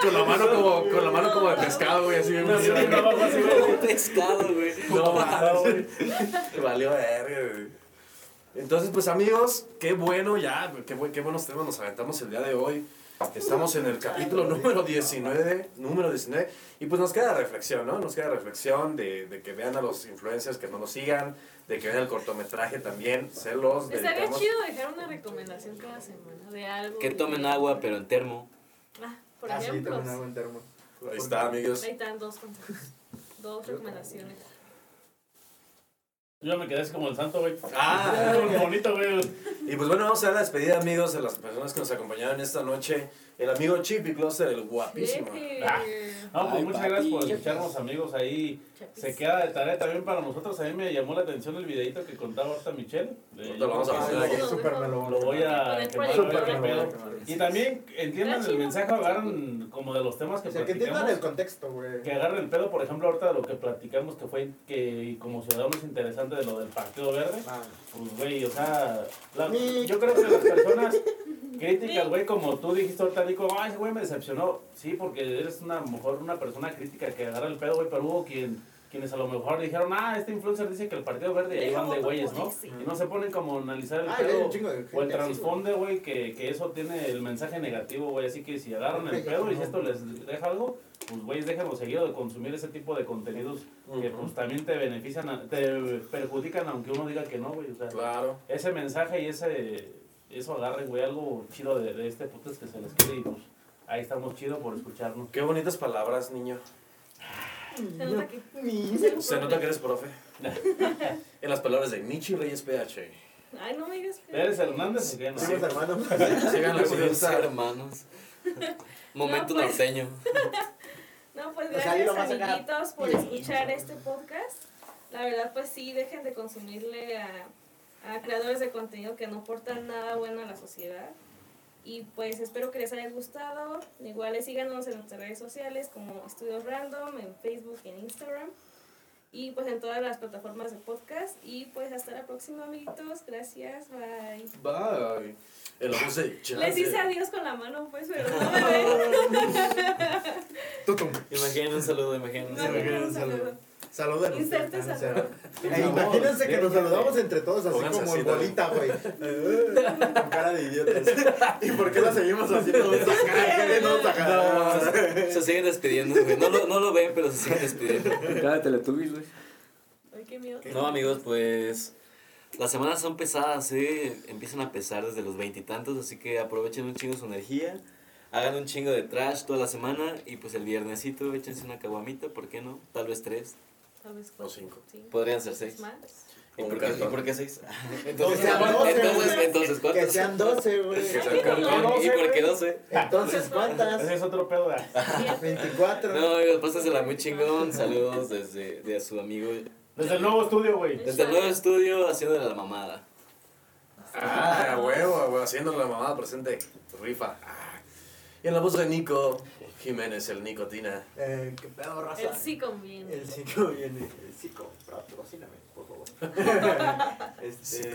[SPEAKER 2] Con la mano como, con la mano como de pescado, güey, así.
[SPEAKER 3] Una así, una barba así, güey.
[SPEAKER 5] Un pescado, güey.
[SPEAKER 2] No,
[SPEAKER 3] No, güey.
[SPEAKER 2] Te valió verga, güey. Entonces, pues amigos, qué bueno ya, qué, bu- qué buenos temas nos aventamos el día de hoy. Estamos en el capítulo número 19, número 19, y pues nos queda reflexión, ¿no? Nos queda reflexión de, de que vean a los influencers, que no nos sigan, de que vean el cortometraje también, se los
[SPEAKER 4] Estaría
[SPEAKER 2] dedicamos.
[SPEAKER 4] chido dejar una recomendación cada semana de algo.
[SPEAKER 5] Que tomen agua, pero en termo.
[SPEAKER 4] Ah, por
[SPEAKER 7] Ah, sí,
[SPEAKER 4] ejemplo.
[SPEAKER 7] también hago en termo.
[SPEAKER 2] Ahí está, amigos.
[SPEAKER 4] ahí están dos consejos. Dos recomendaciones.
[SPEAKER 3] Yo me quedé así como el santo, güey.
[SPEAKER 2] Ah.
[SPEAKER 3] Como bonito, güey.
[SPEAKER 2] Y pues bueno, vamos a dar la despedida, amigos, a las personas que nos acompañaron esta noche. El amigo Chippy Cluster, el guapísimo.
[SPEAKER 4] Jeje.
[SPEAKER 3] Ah. No, pues
[SPEAKER 6] Ay,
[SPEAKER 3] muchas
[SPEAKER 6] papi.
[SPEAKER 3] gracias por escucharnos, amigos. Ahí se queda de tarea también para nosotros. A mí me llamó la atención el videito que contaba ahorita Michelle. Eh,
[SPEAKER 2] Ahorita lo vamos a
[SPEAKER 3] yo-
[SPEAKER 2] poner aquí.
[SPEAKER 7] Súper melón.
[SPEAKER 3] Lo voy
[SPEAKER 4] Con
[SPEAKER 3] a
[SPEAKER 4] el
[SPEAKER 3] quemar, a
[SPEAKER 4] proyecto,
[SPEAKER 3] ver qué
[SPEAKER 4] ¿no?
[SPEAKER 3] pedo. Y también entiendan
[SPEAKER 4] Está
[SPEAKER 3] el
[SPEAKER 4] chido.
[SPEAKER 3] mensaje, agarran como de los temas que
[SPEAKER 7] O sea, que entiendan el
[SPEAKER 3] platicamos.
[SPEAKER 7] contexto, güey.
[SPEAKER 3] Que agarren el pedo, por ejemplo, ahorita de lo que platicamos que fue que como ciudadanos interesante de lo del Partido Verde.
[SPEAKER 7] Ah,
[SPEAKER 3] Pues, güey, o sea, la- yo creo que las personas críticas, güey, como tú dijiste ahorita, Nico, ay, ese güey me decepcionó. Sí, porque eres una, a lo mejor una persona crítica que agarra el pedo, güey, pero hubo quien, quienes a lo mejor dijeron, ah, este influencer dice que el Partido Verde y ahí van de güeyes, ¿no? Y no se ponen como a analizar el
[SPEAKER 7] Ah, hay un
[SPEAKER 3] pedo
[SPEAKER 7] chingo de
[SPEAKER 3] o el
[SPEAKER 7] gente así,
[SPEAKER 3] trasfondo, güey, que, que eso tiene el mensaje negativo, güey. Así que si agarran el pedo y si esto les deja algo, pues, güeyes, déjenlo seguido de consumir ese tipo de contenidos que pues también te benefician, a- te perjudican aunque uno diga que no, güey. O sea,
[SPEAKER 2] Claro.
[SPEAKER 3] ese mensaje y ese, eso agarren, güey, algo chido de, de este podcast que se les quede y pues ahí estamos chido por escucharnos.
[SPEAKER 2] Qué bonitas palabras, niño.
[SPEAKER 4] Se nota que-
[SPEAKER 2] Se nota que eres profe. en las palabras de Michi Reyes PH.
[SPEAKER 4] Ay, no me digas. que-
[SPEAKER 3] ¿Eres Hernández? o qué? No,
[SPEAKER 7] Primos hermanos.
[SPEAKER 2] Sigan la
[SPEAKER 5] Los
[SPEAKER 2] cuenta.
[SPEAKER 5] hermanos. Momento
[SPEAKER 4] No, pues.
[SPEAKER 5] norteño.
[SPEAKER 4] No, pues
[SPEAKER 7] O sea, ahí
[SPEAKER 4] gracias
[SPEAKER 7] lo vas a sacar.
[SPEAKER 4] amiguitos por escuchar este podcast. La verdad, pues sí, dejen de consumirle a, a creadores de contenido que no aportan nada bueno a la sociedad. Y pues espero que les haya gustado. Igual síganos en nuestras redes sociales como Estudios Random, en Facebook y en Instagram. Y pues en todas las plataformas de podcast. Y pues hasta la próxima, amiguitos. Gracias. Bye.
[SPEAKER 2] Bye. El puse
[SPEAKER 4] Les
[SPEAKER 2] chance.
[SPEAKER 4] hice adiós con la mano, pues, pero no me ven.
[SPEAKER 5] Imaginen un saludo, imaginen un
[SPEAKER 4] No, no,
[SPEAKER 5] saludo.
[SPEAKER 4] no, un saludo.
[SPEAKER 7] Saludos.
[SPEAKER 4] Inserte saludo.
[SPEAKER 7] E imagínense que nos saludamos entre todos, así
[SPEAKER 2] Pónganse
[SPEAKER 7] como
[SPEAKER 2] así,
[SPEAKER 7] el
[SPEAKER 2] ¿no?
[SPEAKER 7] bolita, güey. Con cara de idiotas. ¿Y por qué la seguimos así? No vamos a sacar, ¿qué no vamos a sacar?
[SPEAKER 5] Se siguen despidiendo, güey. No lo, no lo ven, pero se siguen despidiendo.
[SPEAKER 6] Cada de Teletubbies, güey.
[SPEAKER 4] Ay, qué miedo.
[SPEAKER 5] No, amigos, pues. Las semanas son pesadas, ¿eh? Empiezan a pesar desde los veintitantos, así que aprovechen un chingo su energía. Hagan un chingo de trash toda la semana y pues el viernesito échense una caguamita, ¿por qué no? Tal vez tres,
[SPEAKER 4] ¿Sabes
[SPEAKER 2] O
[SPEAKER 4] cuál?
[SPEAKER 2] cinco.
[SPEAKER 4] Sí.
[SPEAKER 5] podrían ser seis.
[SPEAKER 4] Más.
[SPEAKER 5] ¿Y
[SPEAKER 2] Un
[SPEAKER 5] por, qué, y
[SPEAKER 2] cartón.
[SPEAKER 5] por qué seis?
[SPEAKER 7] Que sean doce,
[SPEAKER 5] entonces,
[SPEAKER 7] güey.
[SPEAKER 5] entonces,
[SPEAKER 7] Que
[SPEAKER 5] ¿cuántos?
[SPEAKER 7] sean 12, güey.
[SPEAKER 2] Que se
[SPEAKER 5] ¿Y
[SPEAKER 2] acabe.
[SPEAKER 5] por- ¿Y por qué doce?
[SPEAKER 7] Entonces,
[SPEAKER 3] Ese
[SPEAKER 7] ¿cuántas?
[SPEAKER 3] es otro pedo. ah.
[SPEAKER 4] Siete.
[SPEAKER 7] 24.
[SPEAKER 5] No, amigos, pásensela muy chingón. Saludos desde de su amigo.
[SPEAKER 3] Desde el nuevo estudio, güey.
[SPEAKER 5] Desde el nuevo estudio haciendo la mamada.
[SPEAKER 2] Ah, a huevo, a huevo, haciéndole la mamada presente. Rifa. Ah. Y en la voz de Nico Jiménez, el Nicotina.
[SPEAKER 7] Eh, qué pedo,
[SPEAKER 4] El
[SPEAKER 7] raza.
[SPEAKER 4] sí conviene.
[SPEAKER 7] El psico viene. El psico, patrocíname, por favor. este.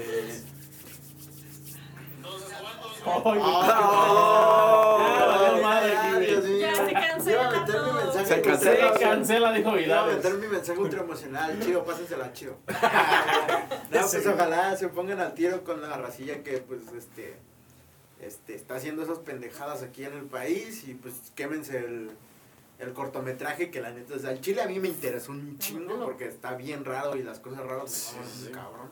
[SPEAKER 3] Ay,
[SPEAKER 7] ¡Oh!
[SPEAKER 3] valió madre aquí, güey.
[SPEAKER 7] Dios mío.
[SPEAKER 4] Ya se cancela
[SPEAKER 7] Iba a meter mi
[SPEAKER 4] todo.
[SPEAKER 7] mensaje
[SPEAKER 6] Se
[SPEAKER 7] ultra-
[SPEAKER 3] Se
[SPEAKER 6] cancela.
[SPEAKER 3] cancela, dijo
[SPEAKER 7] Iba a
[SPEAKER 3] Vidal.
[SPEAKER 7] meter mi mensaje ultra emocional. Chido, pásensela chido. no, pues
[SPEAKER 2] Sí.
[SPEAKER 7] ojalá se pongan al tiro con la racilla que, pues, este. Este, está haciendo esas pendejadas aquí en el país y pues quémense el, el cortometraje que la neta, o sea, el chile a mí me interesó un chingo porque está bien raro y las cosas raras
[SPEAKER 2] Sí,
[SPEAKER 7] me maman
[SPEAKER 2] sí, sí.
[SPEAKER 7] cabrón.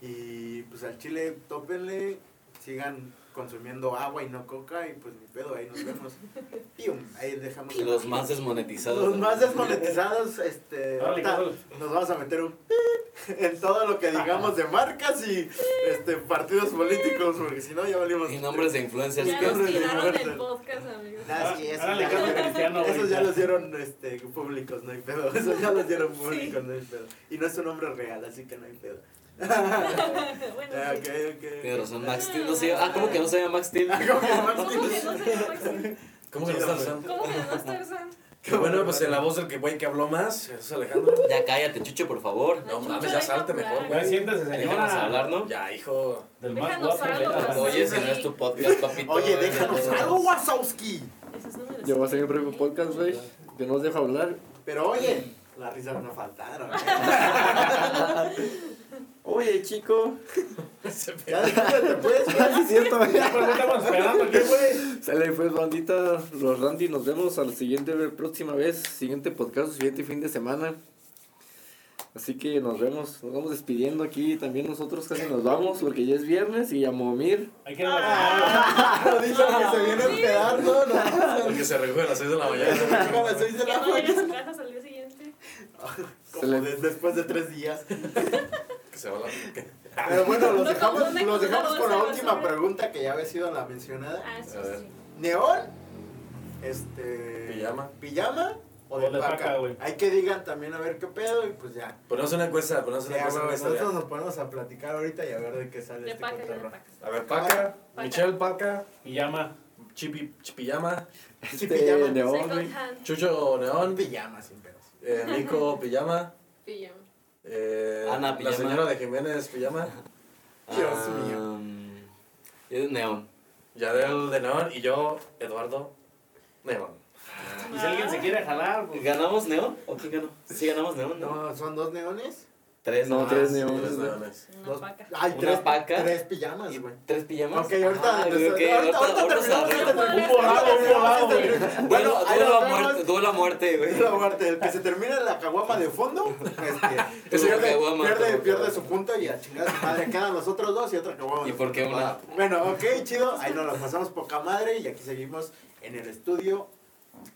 [SPEAKER 7] Y pues al chile, tópenle, sigan consumiendo agua y no coca y pues ni pedo, ahí nos vemos. Pium, ahí dejamos el-
[SPEAKER 5] Los más desmonetizados.
[SPEAKER 7] los más desmonetizados, este,
[SPEAKER 3] Órale,
[SPEAKER 7] ahorita
[SPEAKER 3] córrele.
[SPEAKER 7] nos vamos a meter un pip en todo lo que digamos de marcas y este partidos políticos, porque si no ya valimos.
[SPEAKER 5] Y nombres de influencers.
[SPEAKER 4] Ya
[SPEAKER 5] que-
[SPEAKER 4] nos tiraron del podcast, amigos.
[SPEAKER 7] Ah, sí, eso
[SPEAKER 3] Ahora le
[SPEAKER 7] ya-
[SPEAKER 3] cambia a Cristiano, güey.
[SPEAKER 7] Esos ya los dieron este, públicos, no hay pedo. Esos ya los dieron públicos, no hay pedo. Y no es un nombre real, así que no hay pedo.
[SPEAKER 4] Bueno,
[SPEAKER 7] Ah,
[SPEAKER 4] sí.
[SPEAKER 7] ok, ok.
[SPEAKER 5] Tiene razón, Max Steel. No sé, ah, ¿cómo que no se llama Max Steel?
[SPEAKER 7] ¿Cómo que no,
[SPEAKER 4] ¿Cómo que no se llama Maxi?
[SPEAKER 2] ¿Cómo se lo estás usando?
[SPEAKER 4] ¿Cómo que no es Tarzán?
[SPEAKER 2] Bueno, pues en la voz del que güey que habló más, Jesús Alejandro.
[SPEAKER 5] Ya cállate, Chucho, por favor.
[SPEAKER 2] No
[SPEAKER 4] Ay,
[SPEAKER 2] mames,
[SPEAKER 4] Chucho,
[SPEAKER 2] ya
[SPEAKER 4] deja
[SPEAKER 2] salte
[SPEAKER 4] hablar.
[SPEAKER 2] mejor,
[SPEAKER 3] Ya
[SPEAKER 2] güey.
[SPEAKER 3] siéntese,
[SPEAKER 5] Déjanos
[SPEAKER 3] señora.
[SPEAKER 5] hablar, ¿no?
[SPEAKER 2] Ya, hijo.
[SPEAKER 3] Del más
[SPEAKER 4] Déjanos
[SPEAKER 3] guapo.
[SPEAKER 4] algo,
[SPEAKER 3] de la-
[SPEAKER 4] Max.
[SPEAKER 5] Oye, si no es tu podcast, papito.
[SPEAKER 7] Oye,
[SPEAKER 5] eh,
[SPEAKER 7] déjanos
[SPEAKER 5] no.
[SPEAKER 7] algo, Wasowski.
[SPEAKER 4] Ese es número
[SPEAKER 6] Yo voy a
[SPEAKER 4] siete.
[SPEAKER 6] hacer mi propio podcast, güey. Yo no os dejo hablar.
[SPEAKER 7] Pero oye, las risas no faltaron. ¿eh?
[SPEAKER 6] Oye, chico.
[SPEAKER 7] Ya déjate, pues.
[SPEAKER 6] Ah, Sí, es cierto, güey.
[SPEAKER 3] Pero no estamos Pues, esperando aquí, güey.
[SPEAKER 6] Sale pues bandita, los Randy, nos vemos a la siguiente próxima vez, siguiente podcast, siguiente fin de semana. Así que nos vemos, nos vamos despidiendo aquí, también nosotros casi nos vamos porque ya es viernes y a momir.
[SPEAKER 3] Hay que ir a la
[SPEAKER 7] Lo dijo que se viene a hospedar, ¿no? No,
[SPEAKER 2] Porque se recoge a las 6 de la
[SPEAKER 7] se
[SPEAKER 2] mañana.
[SPEAKER 7] viene a las seis de
[SPEAKER 4] Que
[SPEAKER 7] la
[SPEAKER 4] no vayan a
[SPEAKER 7] mañana.
[SPEAKER 4] su casa al día siguiente.
[SPEAKER 7] Como de- después de tres días.
[SPEAKER 2] Que se va la. que-
[SPEAKER 7] Pero bueno, los
[SPEAKER 4] No,
[SPEAKER 7] dejamos,
[SPEAKER 4] no, no,
[SPEAKER 7] los dejamos
[SPEAKER 4] no,
[SPEAKER 7] con la
[SPEAKER 4] no,
[SPEAKER 7] última
[SPEAKER 4] no.
[SPEAKER 7] pregunta que ya había sido la mencionada.
[SPEAKER 4] Ah, sí,
[SPEAKER 2] A ver.
[SPEAKER 4] sí.
[SPEAKER 7] ¿Neón? Este.
[SPEAKER 2] Pijama.
[SPEAKER 7] ¿Pijama? O de, paca,
[SPEAKER 3] güey.
[SPEAKER 7] Hay que digan también a ver qué pedo y pues ya.
[SPEAKER 2] Ponemos una encuesta, ponemos una
[SPEAKER 7] Ya,
[SPEAKER 2] encuesta.
[SPEAKER 7] güey,
[SPEAKER 2] una
[SPEAKER 7] nosotros
[SPEAKER 2] historia.
[SPEAKER 7] nos ponemos a platicar ahorita y a ver de qué sale
[SPEAKER 4] De
[SPEAKER 7] este
[SPEAKER 4] paca, de
[SPEAKER 7] cotorreo.
[SPEAKER 4] paca.
[SPEAKER 2] A ver, Paca,
[SPEAKER 4] Paca.
[SPEAKER 2] Michelle Paca,
[SPEAKER 3] pijama.
[SPEAKER 2] Chipi, Chipiyama,
[SPEAKER 7] Sí,
[SPEAKER 6] Este,
[SPEAKER 7] pijama.
[SPEAKER 6] neón, güey.
[SPEAKER 4] Second hand.
[SPEAKER 2] Chucho Neón,
[SPEAKER 7] Pijama, sin pedos.
[SPEAKER 2] eh, Nico Pijama,
[SPEAKER 4] Pijama.
[SPEAKER 2] eh,
[SPEAKER 5] Ana
[SPEAKER 2] la
[SPEAKER 5] Pijama.
[SPEAKER 2] señora de Jiménez Pijama,
[SPEAKER 7] Dios mío.
[SPEAKER 5] Am, um, es neón.
[SPEAKER 2] Yadel de Neón y yo, Eduardo Neón.
[SPEAKER 3] Y
[SPEAKER 7] Ah.
[SPEAKER 3] si
[SPEAKER 4] Ah,
[SPEAKER 3] alguien se quiere jalar, pues.
[SPEAKER 5] ¿Ganamos neón? ¿O quién ganó? Sí, ganamos neón, ¿no?
[SPEAKER 7] No, son dos neones.
[SPEAKER 5] Tres,
[SPEAKER 6] No,
[SPEAKER 5] nomás.
[SPEAKER 6] tres
[SPEAKER 2] Tres
[SPEAKER 6] neones. güey.
[SPEAKER 2] neones.
[SPEAKER 4] Una
[SPEAKER 7] Dos,
[SPEAKER 4] paca.
[SPEAKER 7] ay,
[SPEAKER 5] Una
[SPEAKER 7] tres,
[SPEAKER 5] paca.
[SPEAKER 7] tres pijamas, güey.
[SPEAKER 5] ¿Tres pijamas?
[SPEAKER 7] Ok, ahorita,
[SPEAKER 5] Ah,
[SPEAKER 7] desde-
[SPEAKER 5] ok,
[SPEAKER 7] ahorita, ahorita
[SPEAKER 5] vamos a-
[SPEAKER 7] terminamos este
[SPEAKER 4] Un
[SPEAKER 3] volado, un
[SPEAKER 7] Ah,
[SPEAKER 3] volado, güey.
[SPEAKER 5] Bueno,
[SPEAKER 7] ahí
[SPEAKER 5] duelo
[SPEAKER 7] nos
[SPEAKER 5] a muerte,
[SPEAKER 7] vemos.
[SPEAKER 5] duelo a muerte, güey.
[SPEAKER 7] Es la muerte, el que se termina la caguama de fondo, este,
[SPEAKER 5] Tu
[SPEAKER 7] pierde,
[SPEAKER 5] caguama,
[SPEAKER 7] pierde,
[SPEAKER 5] tu
[SPEAKER 7] pierde
[SPEAKER 5] caguama.
[SPEAKER 7] su punto y a chingar a su madre. Quedan los otros dos y otra caguama.
[SPEAKER 5] ¿Y por qué una?
[SPEAKER 7] Bueno, ok, chido. Ahí nos la pasamos poca madre y aquí seguimos en el estudio.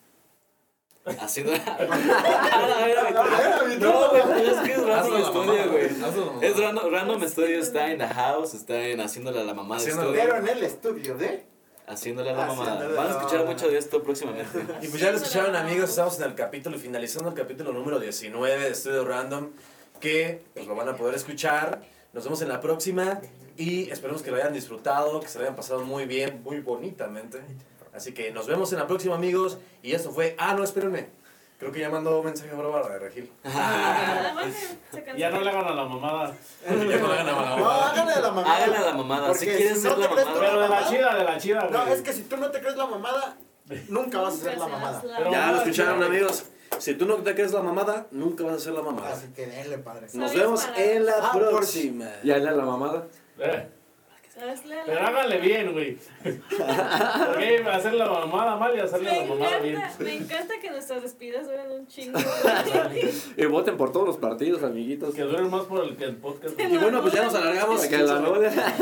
[SPEAKER 5] Haciendo. A la verga,
[SPEAKER 7] A ver, a mi
[SPEAKER 5] No,
[SPEAKER 7] turno.
[SPEAKER 5] güey, es que es
[SPEAKER 2] Hazlo
[SPEAKER 5] Random
[SPEAKER 2] la mamá,
[SPEAKER 5] Studio, güey.
[SPEAKER 2] hazlo la mamá.
[SPEAKER 5] Es Random, Random Studio está en la house, está en haciéndole a la mamá de
[SPEAKER 2] Haciéndole.
[SPEAKER 5] estudio.
[SPEAKER 7] Pero en el estudio de.
[SPEAKER 5] Haciéndole a la mamá.
[SPEAKER 7] Haciéndole a la
[SPEAKER 5] Van a escuchar
[SPEAKER 7] mamá.
[SPEAKER 5] mucho de esto próximamente.
[SPEAKER 2] Y pues ya lo escucharon amigos, estamos en el capítulo, finalizando el capítulo número 19 de Estudio Random, que pues lo van a poder escuchar. Nos vemos en la próxima y esperemos que lo hayan disfrutado, que se lo hayan pasado muy bien, muy bonitamente. Así que nos vemos en la próxima amigos y esto fue... Ah, no, espérenme. Creo que ya mandó un mensaje a Bárbara de Regil.
[SPEAKER 4] Nada más se- Ah, se cansó.
[SPEAKER 3] Ya no le hagan a la mamada.
[SPEAKER 2] Ya no la hagan a mala
[SPEAKER 7] No,
[SPEAKER 2] hora.
[SPEAKER 7] háganle a la mamada.
[SPEAKER 5] Háganle a la mamada,
[SPEAKER 7] Porque
[SPEAKER 5] si quieren ser
[SPEAKER 7] no
[SPEAKER 5] la
[SPEAKER 7] te crees
[SPEAKER 5] mamada.
[SPEAKER 7] tú
[SPEAKER 3] Pero de la chida, de la chida, güey.
[SPEAKER 7] No, es que si tú no te crees la mamada, nunca vas a ser la mamada.
[SPEAKER 3] Pero
[SPEAKER 2] Ya
[SPEAKER 3] vamos
[SPEAKER 2] lo
[SPEAKER 3] a
[SPEAKER 2] escucharon
[SPEAKER 3] chingar.
[SPEAKER 2] amigos. Si tú no te crees la mamada, nunca vas a ser la mamada.
[SPEAKER 7] Así que denle, padre.
[SPEAKER 2] Nos vemos en la
[SPEAKER 7] Ah, por-
[SPEAKER 2] próxima.
[SPEAKER 6] Y hazle a la mamada.
[SPEAKER 3] Eh,
[SPEAKER 4] Hazle a la-
[SPEAKER 3] Pero háganle bien, güey. Porque hacer la mamada mal y hacerle
[SPEAKER 4] Me
[SPEAKER 3] la mamada bien.
[SPEAKER 4] encanta, me encanta que nuestras despidas duran un chingo.
[SPEAKER 6] Y voten por todos los partidos, amiguitos.
[SPEAKER 3] Que duren más por el que el podcast.
[SPEAKER 4] Que
[SPEAKER 2] Y bueno, pues ya nos alargamos.
[SPEAKER 6] Para que la novia-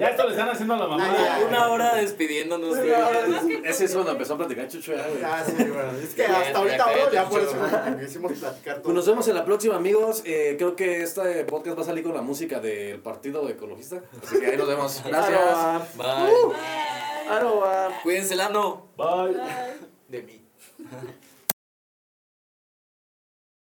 [SPEAKER 3] Ya esto le están haciendo a la
[SPEAKER 7] Ah, ya.
[SPEAKER 3] mamada.
[SPEAKER 5] Una hora despidiéndonos, güey.
[SPEAKER 7] Una hora
[SPEAKER 4] Más que el
[SPEAKER 2] Ese es cuando empezó a platicar Chucho. ya, güey.
[SPEAKER 7] Ah, sí, bueno, es que
[SPEAKER 5] Ya,
[SPEAKER 7] hasta
[SPEAKER 5] ya
[SPEAKER 7] ahorita
[SPEAKER 5] cállate,
[SPEAKER 7] habló, ya por eso
[SPEAKER 5] chavo.
[SPEAKER 7] como que hicimos platicar todo.
[SPEAKER 2] Pues nos vemos en la próxima, amigos. Eh, creo que este podcast va a salir con la música del partido ecologista. Así que ahí nos vemos. Gracias.
[SPEAKER 6] Aroa,
[SPEAKER 7] Uh,
[SPEAKER 5] Bye.
[SPEAKER 4] Bye.
[SPEAKER 6] Aroa.
[SPEAKER 5] Cuídense, Lano.
[SPEAKER 3] Bye.
[SPEAKER 4] Bye.
[SPEAKER 7] de mí.